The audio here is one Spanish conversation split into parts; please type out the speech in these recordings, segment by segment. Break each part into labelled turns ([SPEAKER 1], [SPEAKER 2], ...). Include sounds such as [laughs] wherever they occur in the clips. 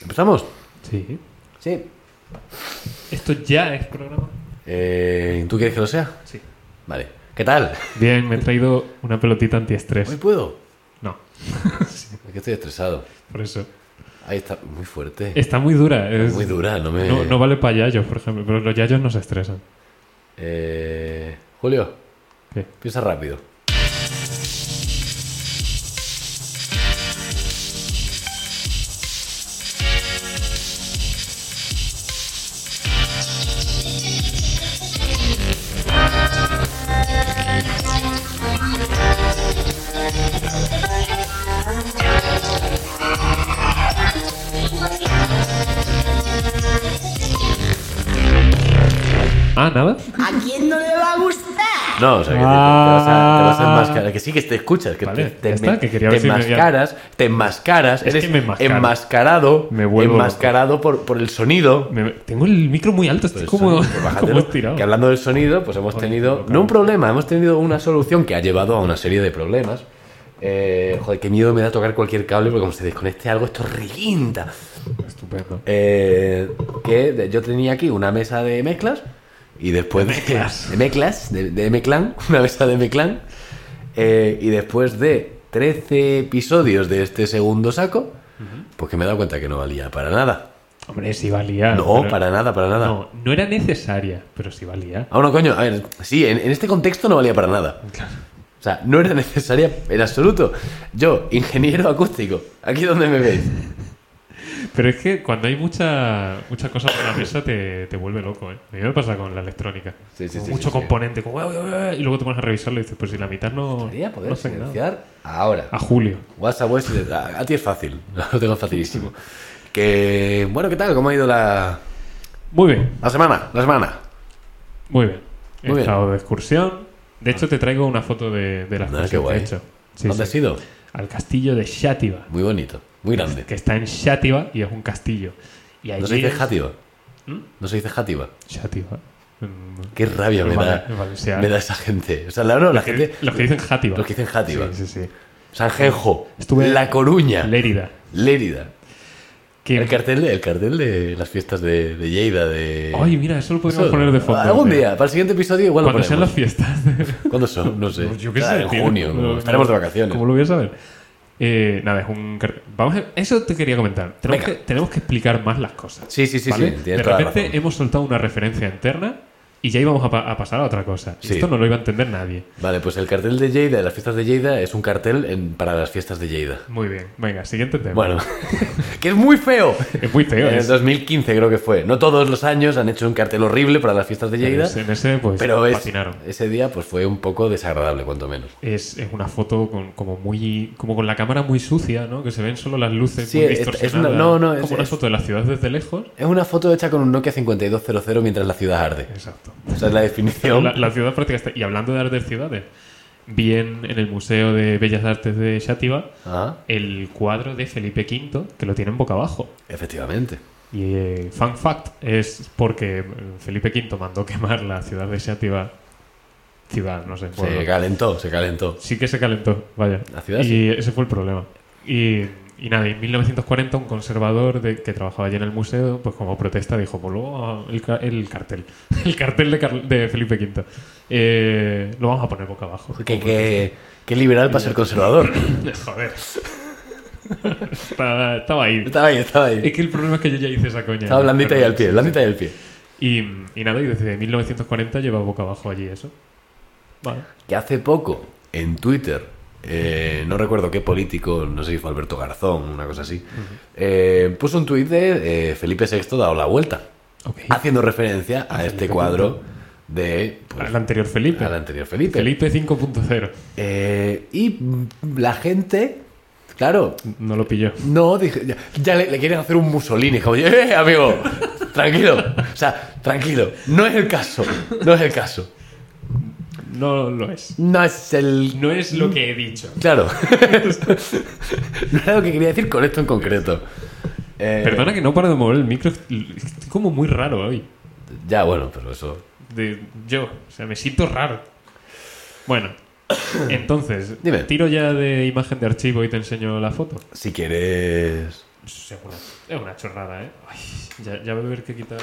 [SPEAKER 1] ¿Empezamos?
[SPEAKER 2] Sí.
[SPEAKER 1] Sí.
[SPEAKER 3] Esto ya es programa.
[SPEAKER 1] Eh, ¿Tú quieres que lo sea?
[SPEAKER 3] Sí.
[SPEAKER 1] Vale. ¿Qué tal?
[SPEAKER 3] Bien, me he traído una pelotita antiestrés.
[SPEAKER 1] Hoy puedo.
[SPEAKER 3] No,
[SPEAKER 1] Es que estoy estresado.
[SPEAKER 3] por eso.
[SPEAKER 1] Ahí está, muy fuerte.
[SPEAKER 3] Está muy dura. es-
[SPEAKER 1] Muy dura, no me.
[SPEAKER 3] No, no vale para yayos, por ejemplo, pero los yayos no se estresan.
[SPEAKER 1] Eh, Julio,
[SPEAKER 3] ¿Qué?
[SPEAKER 1] piensa rápido.
[SPEAKER 3] Ah, nada.
[SPEAKER 4] ¿A quién no le va a gustar?
[SPEAKER 1] No, o sea, que te- te, vas a, te vas a enmascarar. Que sí que te escuchas, que
[SPEAKER 3] Ah. Vale,
[SPEAKER 1] te, te
[SPEAKER 3] ya está, que quería
[SPEAKER 1] te
[SPEAKER 3] ver si me-
[SPEAKER 1] enmascaras, te enmascaras,
[SPEAKER 3] Es
[SPEAKER 1] eres
[SPEAKER 3] que me enmascaro.
[SPEAKER 1] enmascarado,
[SPEAKER 3] Me vuelvo
[SPEAKER 1] enmascarado por, por el sonido.
[SPEAKER 3] Me- tengo el micro muy alto, estoy
[SPEAKER 1] Pues,
[SPEAKER 3] [laughs] como,
[SPEAKER 1] pues, bájatelo.
[SPEAKER 3] como estirado.
[SPEAKER 1] Que hablando del sonido, pues hemos
[SPEAKER 3] Oye,
[SPEAKER 1] tenido,
[SPEAKER 3] local.
[SPEAKER 1] no un problema, hemos tenido una solución que ha llevado a una serie de problemas. Eh, joder, qué miedo me da tocar cualquier cable porque como se desconecte algo, esto reguinta.
[SPEAKER 3] Estupendo.
[SPEAKER 1] Eh, que de- yo tenía aquí una mesa de mezclas y después de
[SPEAKER 3] mezclas.
[SPEAKER 1] de, mezclas, de, de mezclán, [laughs] una mesa de mezclán eh, y después de 13 episodios de este segundo saco, pues que me he dado cuenta que no valía para nada.
[SPEAKER 3] Hombre, sí valía.
[SPEAKER 1] no,
[SPEAKER 3] pero-
[SPEAKER 1] para nada, para nada.
[SPEAKER 3] No, no era necesaria, pero sí valía.
[SPEAKER 1] Ah, no, coño, a ver, sí, en, en este contexto no valía para nada. O sea, no era necesaria en absoluto. Yo, ingeniero acústico, aquí donde me veis.
[SPEAKER 3] Pero es que cuando hay mucha, mucha cosa por la mesa te, te vuelve loco, ¿eh? A mí me pasa con la electrónica.
[SPEAKER 1] Sí, sí,
[SPEAKER 3] Como
[SPEAKER 1] sí,
[SPEAKER 3] mucho
[SPEAKER 1] sí, sí.
[SPEAKER 3] componente, como... "Ué, ué, ué", Y luego te pones a revisarlo y dices, pues si la mitad no...
[SPEAKER 1] Debería poder
[SPEAKER 3] no hace nada".
[SPEAKER 1] silenciar ahora.
[SPEAKER 3] A Julio.
[SPEAKER 1] WhatsApp Voice, a, a ti es fácil, [laughs] lo tengo facilísimo. Que, bueno, ¿qué tal? ¿Cómo ha ido la,
[SPEAKER 3] Muy bien,
[SPEAKER 1] la semana? La semana.
[SPEAKER 3] muy bien. He
[SPEAKER 1] Muy bien.
[SPEAKER 3] estado de excursión. De hecho, te traigo una foto de, de la
[SPEAKER 1] Ah,
[SPEAKER 3] excursión
[SPEAKER 1] qué guay.
[SPEAKER 3] que he hecho. Sí,
[SPEAKER 1] ¿Dónde
[SPEAKER 3] sí.
[SPEAKER 1] has ido?
[SPEAKER 3] Al castillo de Xátiva,
[SPEAKER 1] Muy bonito, muy grande.
[SPEAKER 3] que está en Xátiva y es un castillo. Y allí
[SPEAKER 1] ¿No se dice
[SPEAKER 3] es-
[SPEAKER 1] Játiva?
[SPEAKER 3] ¿Mm?
[SPEAKER 1] ¿No se dice Játiva?
[SPEAKER 3] Xátiva. Mm,
[SPEAKER 1] Qué rabia me
[SPEAKER 3] en
[SPEAKER 1] da,
[SPEAKER 3] Val- en Valencia.
[SPEAKER 1] me da esa gente. O sea, la, no, la
[SPEAKER 3] Los que-
[SPEAKER 1] gente...
[SPEAKER 3] los que dicen Játiva.
[SPEAKER 1] Los que dicen Játiva.
[SPEAKER 3] Sí, sí, sí.
[SPEAKER 1] Sanjenjo,
[SPEAKER 3] Estuve-
[SPEAKER 1] La Coruña,
[SPEAKER 3] Lérida.
[SPEAKER 1] Lérida.
[SPEAKER 3] Que-
[SPEAKER 1] El cartel, de, el cartel de las fiestas de, de Lleida, de...
[SPEAKER 3] Ay, mira, eso lo podemos
[SPEAKER 1] Eso-
[SPEAKER 3] poner de fondo.
[SPEAKER 1] Algún
[SPEAKER 3] tío.
[SPEAKER 1] día, para el siguiente episodio igual lo
[SPEAKER 3] Cuando sean las
[SPEAKER 1] ponemos. [laughs]
[SPEAKER 3] fiestas.
[SPEAKER 1] ¿Cuándo son? No sé.
[SPEAKER 3] [laughs] Yo qué
[SPEAKER 1] Ah,
[SPEAKER 3] sé.
[SPEAKER 1] En
[SPEAKER 3] tío.
[SPEAKER 1] junio,
[SPEAKER 3] No,
[SPEAKER 1] estaremos de
[SPEAKER 3] no,
[SPEAKER 1] vacaciones.
[SPEAKER 3] ¿Cómo lo voy a saber? Eh, nada, es un. car- Vamos a- Eso te quería comentar. Tenemos que,
[SPEAKER 1] Venga.
[SPEAKER 3] tenemos que explicar más las cosas.
[SPEAKER 1] Sí, sí, sí,
[SPEAKER 3] ¿vale?
[SPEAKER 1] sí,
[SPEAKER 3] De
[SPEAKER 1] tienes toda la
[SPEAKER 3] repente
[SPEAKER 1] razón.
[SPEAKER 3] hemos soltado una referencia interna y ya íbamos a, pa- a pasar a otra cosa. Y
[SPEAKER 1] Sí.
[SPEAKER 3] Esto no lo iba a entender nadie.
[SPEAKER 1] Vale, pues el cartel de Lleida, de las fiestas de Lleida, es un cartel en- para las fiestas de Lleida.
[SPEAKER 3] Muy bien. Venga, siguiente tema.
[SPEAKER 1] Bueno, [laughs] que es muy feo.
[SPEAKER 3] Es muy Em-
[SPEAKER 1] [laughs]
[SPEAKER 3] feo. ¿eh?
[SPEAKER 1] En el
[SPEAKER 3] es-
[SPEAKER 1] 2015 creo que fue. No todos los años han hecho un cartel horrible para las fiestas de Lleida,
[SPEAKER 3] en ese, pues,
[SPEAKER 1] pero es-
[SPEAKER 3] patinaron.
[SPEAKER 1] ese día pues fue un poco desagradable, cuanto menos.
[SPEAKER 3] Es, es una foto con, como muy como con la cámara muy sucia, ¿no? Que se ven solo las luces
[SPEAKER 1] Sí,
[SPEAKER 3] muy
[SPEAKER 1] es- es una-
[SPEAKER 3] distorsionadas.
[SPEAKER 1] no, no, es-
[SPEAKER 3] como una
[SPEAKER 1] es-
[SPEAKER 3] foto de la ciudad desde lejos.
[SPEAKER 1] Es una foto hecha con un Nokia 5200 mientras la ciudad arde.
[SPEAKER 3] Exacto.
[SPEAKER 1] O sea, es la definición.
[SPEAKER 3] La, la ciudad prácticamente está. Y hablando de artes ciudades, vi en, en el Museo de Bellas Artes de Xátiva
[SPEAKER 1] Ah,
[SPEAKER 3] el cuadro de Felipe V, que lo tienen boca abajo.
[SPEAKER 1] efectivamente.
[SPEAKER 3] Y eh, fun fact, es porque eh, Felipe V mandó [laughs] quemar la ciudad de Xátiva. Ciudad, no sé. pueblo.
[SPEAKER 1] Se calentó, se calentó.
[SPEAKER 3] Sí que se calentó, vaya.
[SPEAKER 1] La ciudad,
[SPEAKER 3] y
[SPEAKER 1] sí.
[SPEAKER 3] ese fue el problema. Y, y nada, en 1940 un conservador de- que trabajaba allí en el museo, pues como protesta dijo, pues luego el, ca- el cartel, [laughs] el cartel de, Carl- de Felipe V, eh, lo vamos a poner boca abajo.
[SPEAKER 1] Que, que, que liberal para ser conservador.
[SPEAKER 3] [laughs] Joder. [laughs] Estaba- estaba ahí.
[SPEAKER 1] Estaba ahí, estaba
[SPEAKER 3] Es
[SPEAKER 1] ahí.
[SPEAKER 3] que el problema es que yo ya hice esa coña.
[SPEAKER 1] Estaba blandita y al pie, blandita y al pie.
[SPEAKER 3] Y, y nada, y desde 1940 lleva boca abajo allí eso. Vale.
[SPEAKER 1] que hace poco en Twitter, eh, no recuerdo qué político, no sé si fue Alberto Garzón, una cosa así, eh, puso un tuit de eh, Felipe VI dado la vuelta,
[SPEAKER 3] Ok.
[SPEAKER 1] haciendo referencia a este
[SPEAKER 3] Felipe
[SPEAKER 1] cuadro de... pues,
[SPEAKER 3] Al anterior Felipe.
[SPEAKER 1] al anterior Felipe.
[SPEAKER 3] Felipe 5.0.
[SPEAKER 1] Eh, y mm, la gente, claro,
[SPEAKER 3] No lo pilló.
[SPEAKER 1] no, dije, ya, ya le, le quieren hacer un Mussolini, como, "Eh, amigo, tranquilo, o sea, tranquilo, no es el caso, no es el caso,
[SPEAKER 3] No lo es.
[SPEAKER 1] no es el
[SPEAKER 3] No es lo que he dicho.
[SPEAKER 1] Claro. [laughs] no era lo que quería decir con esto en concreto. Eh,
[SPEAKER 3] Perdona que no paro de mover el micro. Estoy como muy raro hoy.
[SPEAKER 1] Ya, bueno, pero eso.
[SPEAKER 3] De, yo, o sea, me siento raro. [coughs] Bueno, entonces,
[SPEAKER 1] Dime.
[SPEAKER 3] tiro ya de imagen de archivo y te enseño la foto.
[SPEAKER 1] Si quieres.
[SPEAKER 3] Eso es una, es una chorrada, ¿eh? Ay, ya, ya voy a ver qué quitar.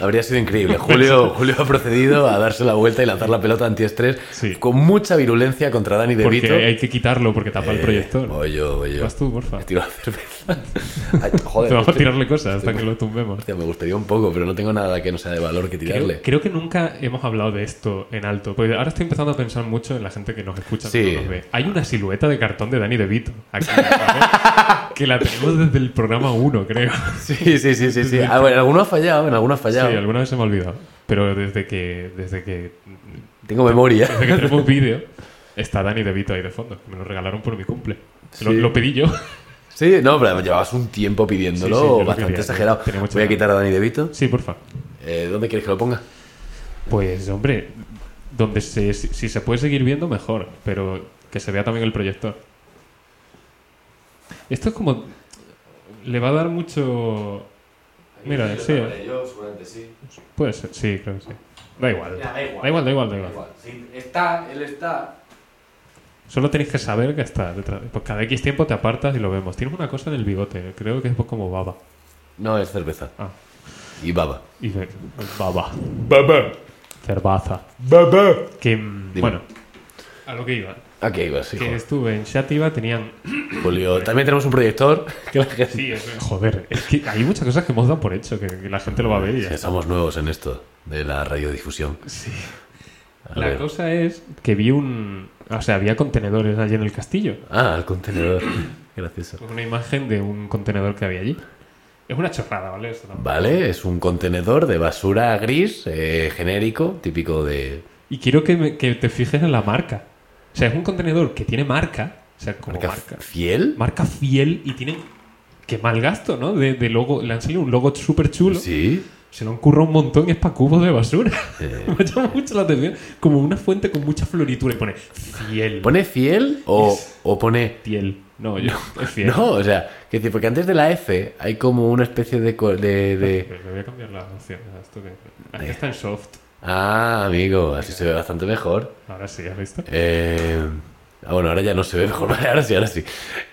[SPEAKER 1] Habría sido increíble.
[SPEAKER 3] [laughs]
[SPEAKER 1] Julio, Julio ha procedido a darse la vuelta y lanzar la pelota antiestrés
[SPEAKER 3] Sí.
[SPEAKER 1] con mucha virulencia contra Dani De
[SPEAKER 3] Porque
[SPEAKER 1] Vito.
[SPEAKER 3] hay que quitarlo porque tapa el
[SPEAKER 1] Eh,
[SPEAKER 3] proyector.
[SPEAKER 1] Voy yo, voy yo.
[SPEAKER 3] Vas tú, porfa.
[SPEAKER 1] Me tiro la
[SPEAKER 3] [laughs]
[SPEAKER 1] cerveza. Ay,
[SPEAKER 3] Te
[SPEAKER 1] joder,
[SPEAKER 3] vamos a
[SPEAKER 1] hostia,
[SPEAKER 3] tirarle cosas hasta que lo tumbemos.
[SPEAKER 1] hostia, me gustaría un poco, pero no tengo nada que no sea de valor que
[SPEAKER 3] Creo,
[SPEAKER 1] tirarle.
[SPEAKER 3] creo que nunca hemos hablado de esto en alto. Porque ahora estoy empezando a pensar mucho en la gente que nos escucha.
[SPEAKER 1] Sí.
[SPEAKER 3] que no nos ve. Hay una silueta de cartón de Dani DeVito. Aquí, en la pared, que la tenemos desde el programa 1,
[SPEAKER 1] [laughs]
[SPEAKER 3] creo.
[SPEAKER 1] Sí, sí, sí, sí. sí. [laughs] Ah, bueno, en alguno ha fallado, en alguno ha
[SPEAKER 3] Sí,
[SPEAKER 1] fallado.
[SPEAKER 3] alguna vez se me ha olvidado. Pero desde que, desde que,
[SPEAKER 1] Tengo memoria.
[SPEAKER 3] desde que tenemos vídeo, está Dani DeVito ahí de fondo. Que me lo regalaron por mi cumple. Lo,
[SPEAKER 1] Sí.
[SPEAKER 3] lo pedí yo. [laughs]
[SPEAKER 1] [laughs] Sí, no, pero llevabas un tiempo pidiéndolo
[SPEAKER 3] Sí, sí, yo lo
[SPEAKER 1] bastante
[SPEAKER 3] quería,
[SPEAKER 1] exagerado.
[SPEAKER 3] tenía mucha
[SPEAKER 1] Voy a
[SPEAKER 3] gana.
[SPEAKER 1] quitar a Dani De Vito.
[SPEAKER 3] Sí, porfa.
[SPEAKER 1] Eh, ¿Dónde quieres que lo ponga?
[SPEAKER 3] Pues, hombre, donde se, si, si se puede seguir viendo, mejor, pero que se vea también el proyector. Esto es como. Le va a dar mucho. Mira, sí, eh,
[SPEAKER 1] Yo seguramente sí.
[SPEAKER 3] puede ser, sí, creo que sí. Da igual.
[SPEAKER 1] Mira, da igual.
[SPEAKER 3] Da igual, da igual, da igual.
[SPEAKER 1] está, él está.
[SPEAKER 3] Solo tenéis que saber que está detrás. Pues cada X tiempo te apartas y lo vemos. Tienes una cosa en el bigote, creo que es pues como baba.
[SPEAKER 1] No, es cerveza.
[SPEAKER 3] Ah,
[SPEAKER 1] Y baba.
[SPEAKER 3] y ve- baba.
[SPEAKER 1] Baba.
[SPEAKER 3] Cervaza.
[SPEAKER 1] Baba.
[SPEAKER 3] Que. mm,
[SPEAKER 1] Dime.
[SPEAKER 3] Bueno, a lo que iba.
[SPEAKER 1] Aquí ibas, hijo.
[SPEAKER 3] Que estuve en Shativa, tenían
[SPEAKER 1] Julio. También tenemos un
[SPEAKER 3] [laughs]
[SPEAKER 1] proyector. Que la gente-
[SPEAKER 3] Sí, es- joder, es que hay muchas cosas que hemos dado por hecho, que, que la gente lo va a ver. y ya
[SPEAKER 1] Que
[SPEAKER 3] está.
[SPEAKER 1] somos nuevos en esto de la radiodifusión.
[SPEAKER 3] Sí.
[SPEAKER 1] A
[SPEAKER 3] La
[SPEAKER 1] ver.
[SPEAKER 3] cosa es que vi un... O sea, había contenedores allí en el castillo.
[SPEAKER 1] Ah, el contenedor. Gracioso.
[SPEAKER 3] Una imagen de un contenedor que había allí. Es una chorrada, ¿vale? Esto tampoco.
[SPEAKER 1] Vale, es un contenedor de basura gris, eh, genérico, típico de
[SPEAKER 3] Y quiero que, me- que te fijes en la marca. O sea, es un contenedor que tiene marca. O sea, como
[SPEAKER 1] marca,
[SPEAKER 3] marca.
[SPEAKER 1] f- fiel.
[SPEAKER 3] Marca fiel y tiene... Qué mal gasto, ¿no? De, de logo... Le han salido un logo súper chulo.
[SPEAKER 1] Sí.
[SPEAKER 3] Se lo han currado un montón y es para cubos de basura.
[SPEAKER 1] Eh.
[SPEAKER 3] [laughs] Me llama mucho la atención. Como una fuente con mucha floritura y pone fiel.
[SPEAKER 1] ¿Pone fiel o, o pone.?
[SPEAKER 3] fiel. No, yo es fiel.
[SPEAKER 1] No, o sea, que decir, porque antes de la F hay como una especie de. co- de, de-
[SPEAKER 3] Me voy a cambiar las opciones. a Esto que... Aquí está en soft.
[SPEAKER 1] Ah, amigo, así se ve bastante mejor.
[SPEAKER 3] Ahora sí, ¿has visto?
[SPEAKER 1] Eh, ah, bueno, ahora ya no se ve mejor. [laughs] Vale, ahora sí, ahora sí.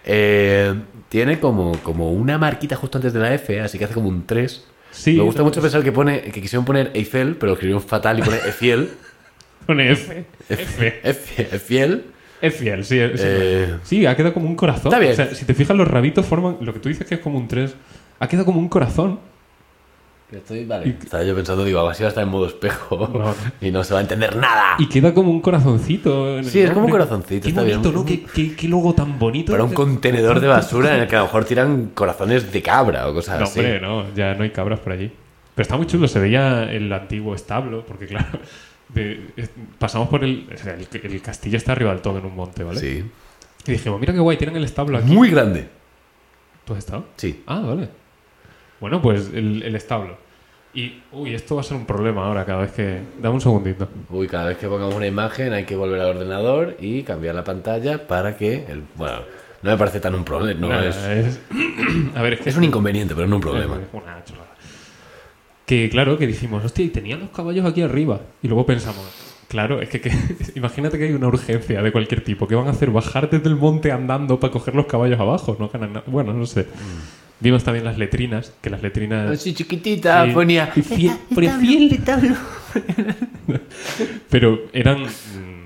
[SPEAKER 1] Eh, tiene como, como una marquita justo antes de la F, así que hace como un 3.
[SPEAKER 3] Sí,
[SPEAKER 1] Me gusta
[SPEAKER 3] lo-
[SPEAKER 1] mucho pensar que pone que quisieron poner Eiffel, pero lo escribieron fatal y pone Eiffel.
[SPEAKER 3] [laughs] Pone F. F.
[SPEAKER 1] Eiffel. Eiffel.
[SPEAKER 3] Es fiel, Pues sí. es-
[SPEAKER 1] Eh.
[SPEAKER 3] Sí, ha quedado como un corazón.
[SPEAKER 1] Está bien.
[SPEAKER 3] O sea, si te fijas, los rabitos forman... Lo que tú dices que es como un 3. Ha quedado como un corazón.
[SPEAKER 1] Estoy, vale. Estaba yo pensando, digo, así va a estar en modo espejo
[SPEAKER 3] No.
[SPEAKER 1] [laughs] y no se va a entender nada.
[SPEAKER 3] Y queda como un corazoncito. en el
[SPEAKER 1] Sí, es como un
[SPEAKER 3] nombre.
[SPEAKER 1] corazoncito,
[SPEAKER 3] Qué
[SPEAKER 1] está bien.
[SPEAKER 3] bonito, ¿no? Qué, qué- qué logo tan bonito.
[SPEAKER 1] Para un contenedor de basura en el que a lo mejor tiran corazones de cabra o cosas
[SPEAKER 3] No,
[SPEAKER 1] así.
[SPEAKER 3] hombre, no, ya no hay cabras por allí. Pero está muy chulo, se veía el antiguo establo, porque claro, [laughs] de- es- pasamos por el, o sea, el, el castillo está arriba del todo en un monte, ¿vale?
[SPEAKER 1] Sí.
[SPEAKER 3] Y dijimos, mira qué guay, tienen el establo aquí.
[SPEAKER 1] Muy grande.
[SPEAKER 3] ¿Tú has estado?
[SPEAKER 1] Sí.
[SPEAKER 3] Ah, vale. Bueno, pues el, el establo. Y, uy, esto va a ser un problema ahora cada vez que... Dame un segundito.
[SPEAKER 1] Uy, cada vez que pongamos una imagen hay que volver al ordenador y cambiar la pantalla para que... El... Bueno, no me parece tan un problema. No,
[SPEAKER 3] Nada,
[SPEAKER 1] es...
[SPEAKER 3] es- [clears throat] A ver, es que...
[SPEAKER 1] es un inconveniente, pero no un problema.
[SPEAKER 3] Es [laughs] Una chorrada. Que claro, que dijimos, hostia, y tenían los caballos aquí arriba. Y luego pensamos, claro, es que, [laughs] que- imagínate que hay una urgencia de cualquier tipo. ¿Qué van a hacer? ¿Bajar desde el monte andando para coger los caballos abajo? No ganan nada. Bueno, no sé. Vimos también las letrinas, que las letrinas...
[SPEAKER 1] Así chiquitita,
[SPEAKER 3] eh. Sí.
[SPEAKER 1] ponía...
[SPEAKER 3] Y fiel- ponía fiel. Pero eran... mm,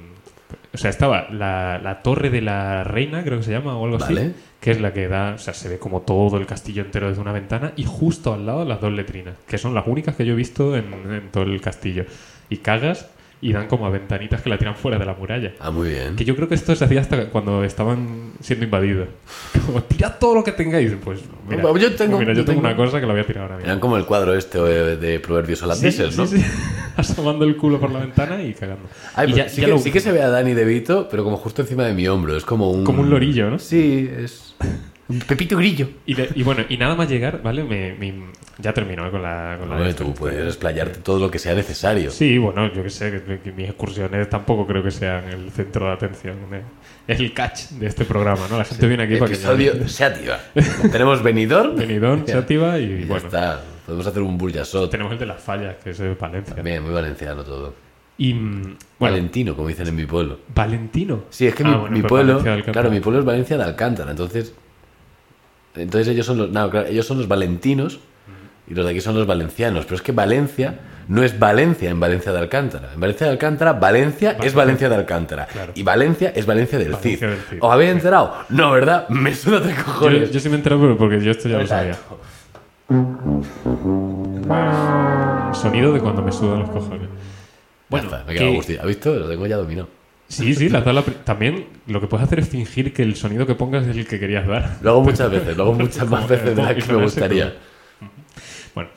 [SPEAKER 3] O sea, estaba la, la torre de la reina, creo que se llama, o algo
[SPEAKER 1] Vale.
[SPEAKER 3] así, que es la que da, o sea, se ve como todo el castillo entero desde una ventana y justo al lado las dos letrinas, que son las únicas que yo he visto en, en todo el castillo. Y cagas y dan como a ventanitas que la tiran fuera de la muralla.
[SPEAKER 1] Ah, muy bien.
[SPEAKER 3] Que yo creo que esto se hacía hasta cuando estaban siendo invadidos. [laughs] Como, tira todo lo que tengáis. Pues, mira,
[SPEAKER 1] Bueno, yo tengo-
[SPEAKER 3] mira, yo
[SPEAKER 1] yo
[SPEAKER 3] tengo
[SPEAKER 1] tengo-
[SPEAKER 3] una cosa que la voy a tirar ahora mismo.
[SPEAKER 1] Eran como el cuadro este eh, de proverbios holandeses, ¿no?
[SPEAKER 3] Sí, sí. [laughs] Asomando el culo por la ventana y cagando.
[SPEAKER 1] Ay,
[SPEAKER 3] Y
[SPEAKER 1] pero
[SPEAKER 3] ya-
[SPEAKER 1] sí,
[SPEAKER 3] ya
[SPEAKER 1] que,
[SPEAKER 3] lo
[SPEAKER 1] sí que
[SPEAKER 3] último.
[SPEAKER 1] se ve a Dani De Vito, pero como justo encima de mi hombro. Es como un...
[SPEAKER 3] Como un lorillo, ¿no?
[SPEAKER 1] Sí, es... Un Pepito Grillo.
[SPEAKER 3] Y, de- y bueno, y nada más llegar, ¿vale? Me, me- ya termino ¿eh? con la... Con la
[SPEAKER 1] Bueno, tú puedes explayarte todo lo que sea necesario.
[SPEAKER 3] Sí, bueno, yo qué sé, que, que mis excursiones tampoco creo que sean el centro de atención. ¿eh? Es el catch de este programa, ¿no? La gente viene aquí para que...
[SPEAKER 1] [laughs] Episodio Sátiva. Tenemos
[SPEAKER 3] [laughs]
[SPEAKER 1] venidor.
[SPEAKER 3] Benidorm, se activa y
[SPEAKER 1] Ya
[SPEAKER 3] bueno.
[SPEAKER 1] está. Podemos hacer un burjasot.
[SPEAKER 3] Tenemos el de las fallas, que es de Valencia.
[SPEAKER 1] También, muy valenciano todo.
[SPEAKER 3] Y, mm, bueno,
[SPEAKER 1] Valentino, como dicen en mi pueblo.
[SPEAKER 3] Valentino.
[SPEAKER 1] Sí, es que
[SPEAKER 3] Ah,
[SPEAKER 1] mi,
[SPEAKER 3] bueno,
[SPEAKER 1] mi
[SPEAKER 3] pero
[SPEAKER 1] pueblo.
[SPEAKER 3] Valencia del Campo.
[SPEAKER 1] Claro, mi pueblo es Valencia de Alcántara. Entonces. Entonces ellos son los. no, claro, ellos son los valentinos y los de aquí son los valencianos. Pero es que Valencia no es Valencia en Valencia de Alcántara. En Valencia de Alcántara, Valencia es Valencia de Alcántara.
[SPEAKER 3] Claro.
[SPEAKER 1] Y Valencia es Valencia del
[SPEAKER 3] Valencia
[SPEAKER 1] Cid.
[SPEAKER 3] del Cid.
[SPEAKER 1] ¿Os habéis enterado? No, ¿verdad? Me suena tres
[SPEAKER 3] Yo,
[SPEAKER 1] cojones.
[SPEAKER 3] yo sí me he enterado, pero porque yo esto ya lo sabía.
[SPEAKER 1] Exacto.
[SPEAKER 3] Sonido de cuando me sudan los cojones.
[SPEAKER 1] Bueno,
[SPEAKER 3] Bueno,
[SPEAKER 1] me he quedado
[SPEAKER 3] que-
[SPEAKER 1] a gusto. ¿Has visto? Lo tengo ya dominado.
[SPEAKER 3] Sí, sí, la tabla. pri- También lo que puedes hacer es fingir que el sonido que pongas es el que querías
[SPEAKER 1] [laughs]
[SPEAKER 3] dar.
[SPEAKER 1] Lo hago
[SPEAKER 3] [laughs]
[SPEAKER 1] muchas veces, lo hago muchas más
[SPEAKER 3] Como-
[SPEAKER 1] veces de las que me gustaría.
[SPEAKER 3] Bueno,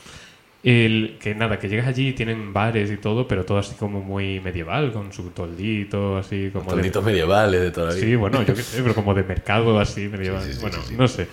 [SPEAKER 3] el, que nada, que llegas allí y tienen bares y todo, pero todo así como muy medieval, con su toldito, así como. de-
[SPEAKER 1] Tonditos medievales eh, de toda la vida.
[SPEAKER 3] Sí, bueno, yo qué sé, pero como de mercado así medieval.
[SPEAKER 1] Sí, sí, sí,
[SPEAKER 3] bueno,
[SPEAKER 1] sí, sí.
[SPEAKER 3] no sé.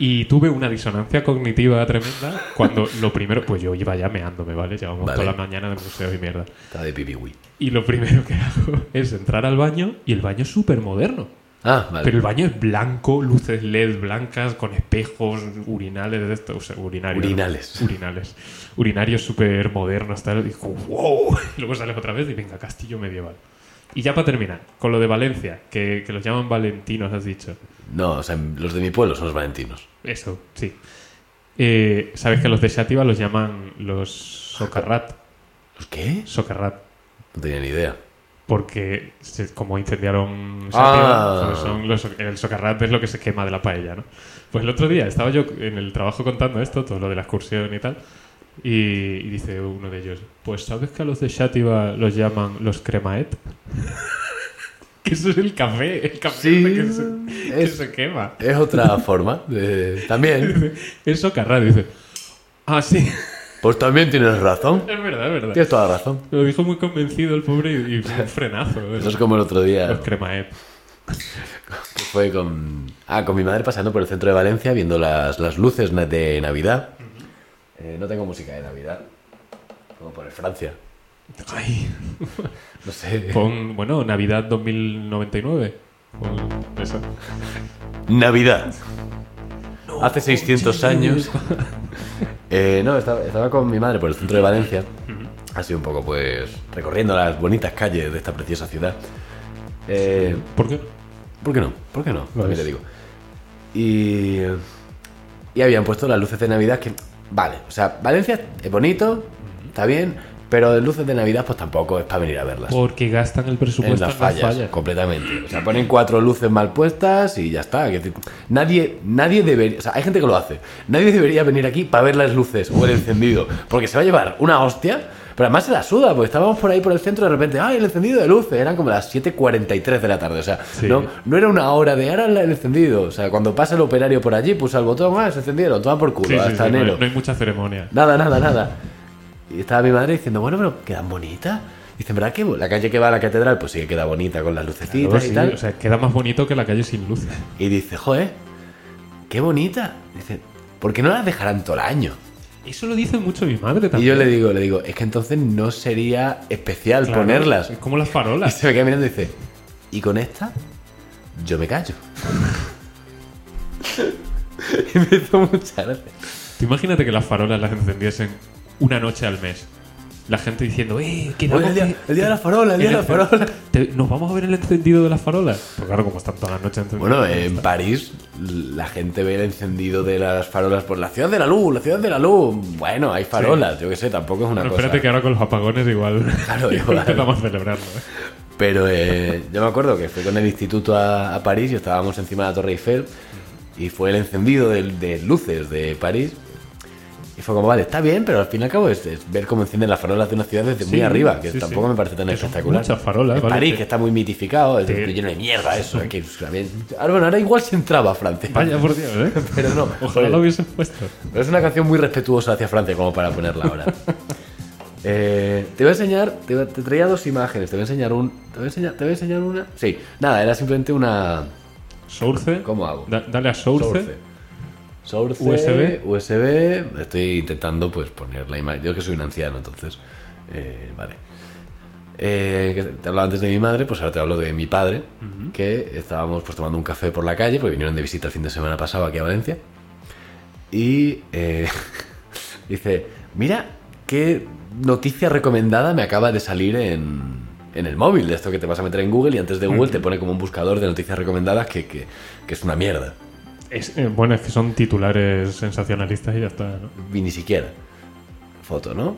[SPEAKER 3] Y tuve una disonancia cognitiva tremenda cuando lo primero, pues yo iba ya meándome, ¿vale? Llevamos
[SPEAKER 1] Vale.
[SPEAKER 3] toda la mañana de museos y mierda.
[SPEAKER 1] Está de pipi wii.
[SPEAKER 3] Y lo primero que hago es entrar al baño y el baño es súper moderno.
[SPEAKER 1] Ah, vale.
[SPEAKER 3] Pero el baño es blanco, luces LED blancas, con espejos, urinales, de esto, o sea, urinarios.
[SPEAKER 1] Urinales.
[SPEAKER 3] Urinales. Urinarios súper modernos, tal. Y digo, wow. [laughs] Y luego sales otra vez y venga, castillo medieval. Y ya para terminar, con lo de Valencia, que, que los llaman valentinos, has dicho.
[SPEAKER 1] No, o sea, los de mi pueblo son los valentinos.
[SPEAKER 3] Eso, sí. Eh, Sabes que los de Xativa los llaman los socarrat.
[SPEAKER 1] ¿Los qué?
[SPEAKER 3] Socarrat.
[SPEAKER 1] No tenía ni idea.
[SPEAKER 3] Porque se- como incendiaron
[SPEAKER 1] Ah.
[SPEAKER 3] Xativa, pues son los- el socarrat es lo que se quema de la paella, ¿no? Pues el otro día estaba yo en el trabajo contando esto, todo lo de la excursión y tal, y, y dice uno de ellos, pues ¿sabes que a los de Xativa los llaman los cremaet? [laughs] que eso es el café, el café
[SPEAKER 1] Sí,
[SPEAKER 3] que, se, que
[SPEAKER 1] es-
[SPEAKER 3] se quema.
[SPEAKER 1] Es otra [laughs] forma. de- También.
[SPEAKER 3] Es socarrat, dice. Ah, sí, [laughs]
[SPEAKER 1] Pues también tienes razón.
[SPEAKER 3] es verdad, es verdad.
[SPEAKER 1] Tienes toda la razón.
[SPEAKER 3] Lo dijo muy convencido el pobre y, y fue un frenazo. ¿eh?
[SPEAKER 1] Eso es como el otro
[SPEAKER 3] Los
[SPEAKER 1] día
[SPEAKER 3] cremaet.
[SPEAKER 1] que fue con... Ah, con mi madre pasando por el centro de Valencia viendo las, las luces na- de Navidad. Eh, no tengo música de Navidad. Como por el Francia.
[SPEAKER 3] Ay.
[SPEAKER 1] No sé.
[SPEAKER 3] Pon, bueno, Navidad 2099. Pon esa.
[SPEAKER 1] Navidad. Hace 600 años. [laughs] Eh, no, estaba, estaba con mi madre por el centro de Valencia. Ha sido un poco, pues, recorriendo las bonitas calles de esta preciosa ciudad. Eh,
[SPEAKER 3] ¿Por qué?
[SPEAKER 1] ¿Por qué no? ¿Por qué no?
[SPEAKER 3] Lo
[SPEAKER 1] También
[SPEAKER 3] es.
[SPEAKER 1] te digo. Y, y habían puesto las luces de Navidad que, vale, o sea, Valencia es bonito, está bien, pero de luces de Navidad pues tampoco es para venir a verlas.
[SPEAKER 3] Porque gastan el presupuesto
[SPEAKER 1] En las fallas, completamente. O sea, ponen cuatro luces mal puestas y ya está. Quiero decir, Nadie, nadie debería. O sea, hay gente que lo hace. Nadie debería venir aquí para ver las luces o el encendido. Porque se va a llevar una hostia. Pero además se la suda, porque estábamos por ahí por el centro y de repente, ¡ay, el encendido de luces! Eran como las 7.43 de la tarde. O sea,
[SPEAKER 3] Sí.
[SPEAKER 1] no, no era una hora de ahora el encendido. O sea, cuando pasa el operario por allí, puso el botón, ¡ah, se encendieron! Toma por culo,
[SPEAKER 3] Sí, sí, sí,
[SPEAKER 1] hasta
[SPEAKER 3] no,
[SPEAKER 1] enero.
[SPEAKER 3] hay, no hay mucha ceremonia.
[SPEAKER 1] Nada, nada, nada. Y estaba mi madre diciendo, bueno, pero quedan bonitas. Dice, ¿verdad que la calle que va a la catedral? Pues sí que queda bonita con las lucecitas
[SPEAKER 3] Luego
[SPEAKER 1] y
[SPEAKER 3] sí,
[SPEAKER 1] tal.
[SPEAKER 3] O sea, queda más bonito que la calle sin luces.
[SPEAKER 1] Y dice, joder, qué bonita. Dice, ¿por qué no las dejarán todo el año?
[SPEAKER 3] Eso lo dice mucho mi madre
[SPEAKER 1] Y
[SPEAKER 3] también.
[SPEAKER 1] yo le digo, le digo, es que entonces no sería especial
[SPEAKER 3] Claro,
[SPEAKER 1] ponerlas.
[SPEAKER 3] Es como las
[SPEAKER 1] Y [laughs]
[SPEAKER 3] farolas.
[SPEAKER 1] se me queda mirando y dice, ¿y con esta? Yo me
[SPEAKER 3] [laughs]
[SPEAKER 1] callo. [laughs] y me hizo mucha gracia.
[SPEAKER 3] Tú imagínate que las farolas las encendiesen una noche al mes. La gente diciendo, ¡eh!
[SPEAKER 1] Hoy
[SPEAKER 3] Quedamos
[SPEAKER 1] es el día,
[SPEAKER 3] que-
[SPEAKER 1] el día de la farola, el día de
[SPEAKER 3] [laughs]
[SPEAKER 1] la farola.
[SPEAKER 3] Te- ¿Nos vamos a ver el encendido de las farolas? Pues claro, como están toda la noche encendidas.
[SPEAKER 1] Bueno, en París la gente ve el encendido de las farolas por la ciudad de la luz, la ciudad de la luz. Bueno, hay farolas, yo qué sé, tampoco es una
[SPEAKER 3] Pero
[SPEAKER 1] cosa.
[SPEAKER 3] espérate que ahora con los apagones igual. [laughs]
[SPEAKER 1] Claro, igual.
[SPEAKER 3] Empezamos a celebrarlo. ¿eh?
[SPEAKER 1] Pero eh, yo me acuerdo que fui con el instituto a, a París y estábamos encima de la Torre Eiffel y fue el encendido de, de luces de París. Y fue como, vale, está bien, pero al fin y al cabo es, es ver cómo encienden las farolas de una ciudad desde muy
[SPEAKER 3] Sí,
[SPEAKER 1] arriba, que
[SPEAKER 3] sí,
[SPEAKER 1] tampoco
[SPEAKER 3] sí.
[SPEAKER 1] me parece tan
[SPEAKER 3] Que son
[SPEAKER 1] espectacular.
[SPEAKER 3] muchas farolas,
[SPEAKER 1] Es
[SPEAKER 3] ¿vale?
[SPEAKER 1] París,
[SPEAKER 3] Te-
[SPEAKER 1] que está muy mitificado, es
[SPEAKER 3] te-
[SPEAKER 1] lleno de mierda eso. que- ahora, bueno, ahora igual se entraba a Francia.
[SPEAKER 3] Vaya por Dios, ¿eh?
[SPEAKER 1] [laughs] Pero no,
[SPEAKER 3] Ojalá
[SPEAKER 1] joder,
[SPEAKER 3] lo hubiesen puesto.
[SPEAKER 1] pero es una canción muy respetuosa hacia Francia como para ponerla ahora. Eh, te voy a enseñar, te, voy a- te traía dos imágenes, te voy a enseñar un, te voy a enseñar, te voy a enseñar una. Sí, nada, era simplemente una
[SPEAKER 3] Source.
[SPEAKER 1] ¿Cómo hago?
[SPEAKER 3] Da- dale a Source.
[SPEAKER 1] Source,
[SPEAKER 3] USB.
[SPEAKER 1] USB. Estoy intentando pues poner la imagen. Yo que soy un anciano, entonces. eh, vale. Eh, que te hablaba antes de mi madre, pues ahora te hablo de mi padre, que estábamos pues tomando un café por la calle, porque vinieron de visita el fin de semana pasado aquí a Valencia. Y eh, [laughs] dice, mira qué noticia recomendada me acaba de salir en, en el móvil de esto que te vas a meter en Google y antes de Google te pone como un buscador de noticias recomendadas que, que- que es una mierda.
[SPEAKER 3] Es- eh, bueno, es que son titulares sensacionalistas y ya está, ¿no?
[SPEAKER 1] Y ni siquiera. Foto, ¿no?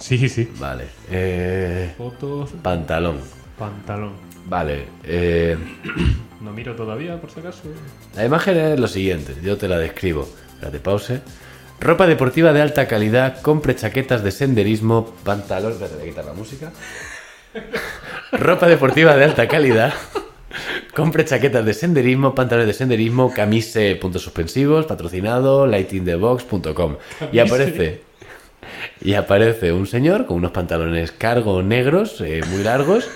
[SPEAKER 3] Sí, sí.
[SPEAKER 1] Vale. Eh,
[SPEAKER 3] Fotos,
[SPEAKER 1] pantalón.
[SPEAKER 3] pantalón.
[SPEAKER 1] Vale. eh,
[SPEAKER 3] No miro todavía, por si acaso.
[SPEAKER 1] la imagen es lo siguiente. Yo te la describo. Espérate, pause. Ropa deportiva de alta calidad. Compre chaquetas de senderismo. Pantalón. Espérate, voy a quitar la música. Ropa deportiva de alta calidad. Compre chaquetas de senderismo, pantalones de senderismo, camise, puntos suspensivos, patrocinado, lightinthebox.com. Y aparece. Y aparece un señor con unos pantalones cargo negros, eh, muy largos,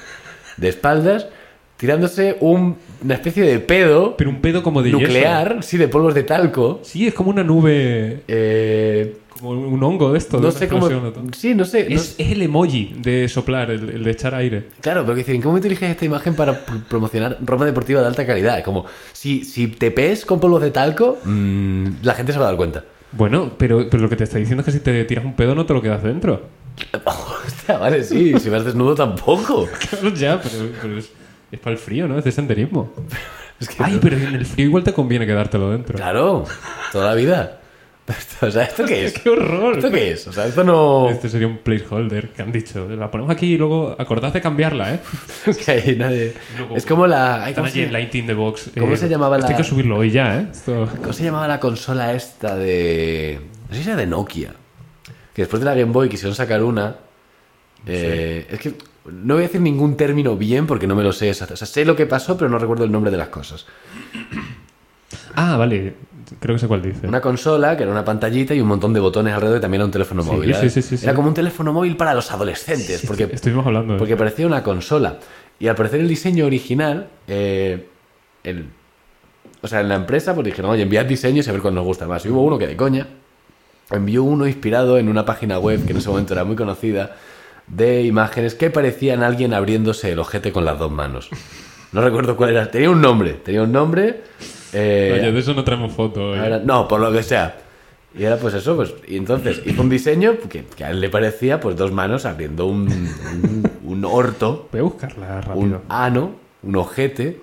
[SPEAKER 1] de espaldas, tirándose un- una especie de pedo
[SPEAKER 3] Pero un pedo como de yeso.
[SPEAKER 1] nuclear, sí, de polvos de talco.
[SPEAKER 3] Sí, es como una nube,
[SPEAKER 1] Eh,
[SPEAKER 3] como un hongo de esto. de
[SPEAKER 1] no
[SPEAKER 3] una
[SPEAKER 1] sé cómo.
[SPEAKER 3] explosión o tal.
[SPEAKER 1] Sí, no sé. no
[SPEAKER 3] Es, es el emoji de soplar, el, el de echar aire.
[SPEAKER 1] Claro, pero que decir, ¿en qué momento eliges esta imagen para pr- promocionar ropa deportiva de alta calidad? Como, si, si te pes con polvos de talco, mm, la gente se va a dar cuenta. [laughs]
[SPEAKER 3] Bueno, pero, pero lo que te está diciendo es que si te tiras un pedo no te lo quedas dentro. [laughs]
[SPEAKER 1] Hostia, vale, sí, si vas desnudo tampoco.
[SPEAKER 3] Claro, ya, pero, pero es, es para el frío, ¿no? Es de senderismo.
[SPEAKER 1] Es que,
[SPEAKER 3] Ay, pero en el frío igual te conviene quedártelo dentro.
[SPEAKER 1] claro, toda la vida. [laughs] O sea, ¿esto qué es?
[SPEAKER 3] [laughs] ¡Qué horror!
[SPEAKER 1] ¿Esto qué es? O sea, esto no...
[SPEAKER 3] Este sería un placeholder que han dicho. La ponemos aquí y luego acordad de cambiarla, ¿eh?
[SPEAKER 1] Es que hay nadie...
[SPEAKER 3] Luego-
[SPEAKER 1] Es como la... ay,
[SPEAKER 3] Están
[SPEAKER 1] ¿cómo,
[SPEAKER 3] allí en
[SPEAKER 1] se...
[SPEAKER 3] Lighting the Box. eh,
[SPEAKER 1] ¿Cómo se llamaba
[SPEAKER 3] esto
[SPEAKER 1] la-
[SPEAKER 3] Hay que subirlo hoy ya, ¿eh? Esto-
[SPEAKER 1] cómo se llamaba la consola esta de... No sé si era de Nokia. Que después de la Game Boy quisieron sacar una... Eh, Es que no voy a decir ningún término bien porque no me lo sé. exacto. O sea, sé lo que pasó, pero no recuerdo el nombre de las cosas.
[SPEAKER 3] Ah, vale. Creo que sé cuál dice.
[SPEAKER 1] Una consola que era una pantallita y un montón de botones alrededor y también era un teléfono
[SPEAKER 3] Sí,
[SPEAKER 1] móvil.
[SPEAKER 3] sí,
[SPEAKER 1] ¿vale?
[SPEAKER 3] sí, sí, sí.
[SPEAKER 1] Era como un teléfono móvil para los adolescentes, porque,
[SPEAKER 3] Estuvimos hablando de-
[SPEAKER 1] porque parecía una consola. Y al parecer el diseño original, eh, el- o sea, en la empresa pues dijeron, oye, enviad diseños y a ver cuál nos gusta más. Y hubo uno que de coña envió uno inspirado en una página web que en ese momento era muy conocida de imágenes que parecían alguien abriéndose el ojete con las dos manos. No recuerdo cuál era. Tenía un nombre, tenía un nombre. eh,
[SPEAKER 3] Oye, de eso no traemos foto. hoy.
[SPEAKER 1] Ahora- no, por lo que sea. Y era pues eso, pues. Y entonces hizo un diseño que, que a él le parecía pues dos manos abriendo un, un, un orto,
[SPEAKER 3] Voy a buscarla rápido.
[SPEAKER 1] un ano, un ojete,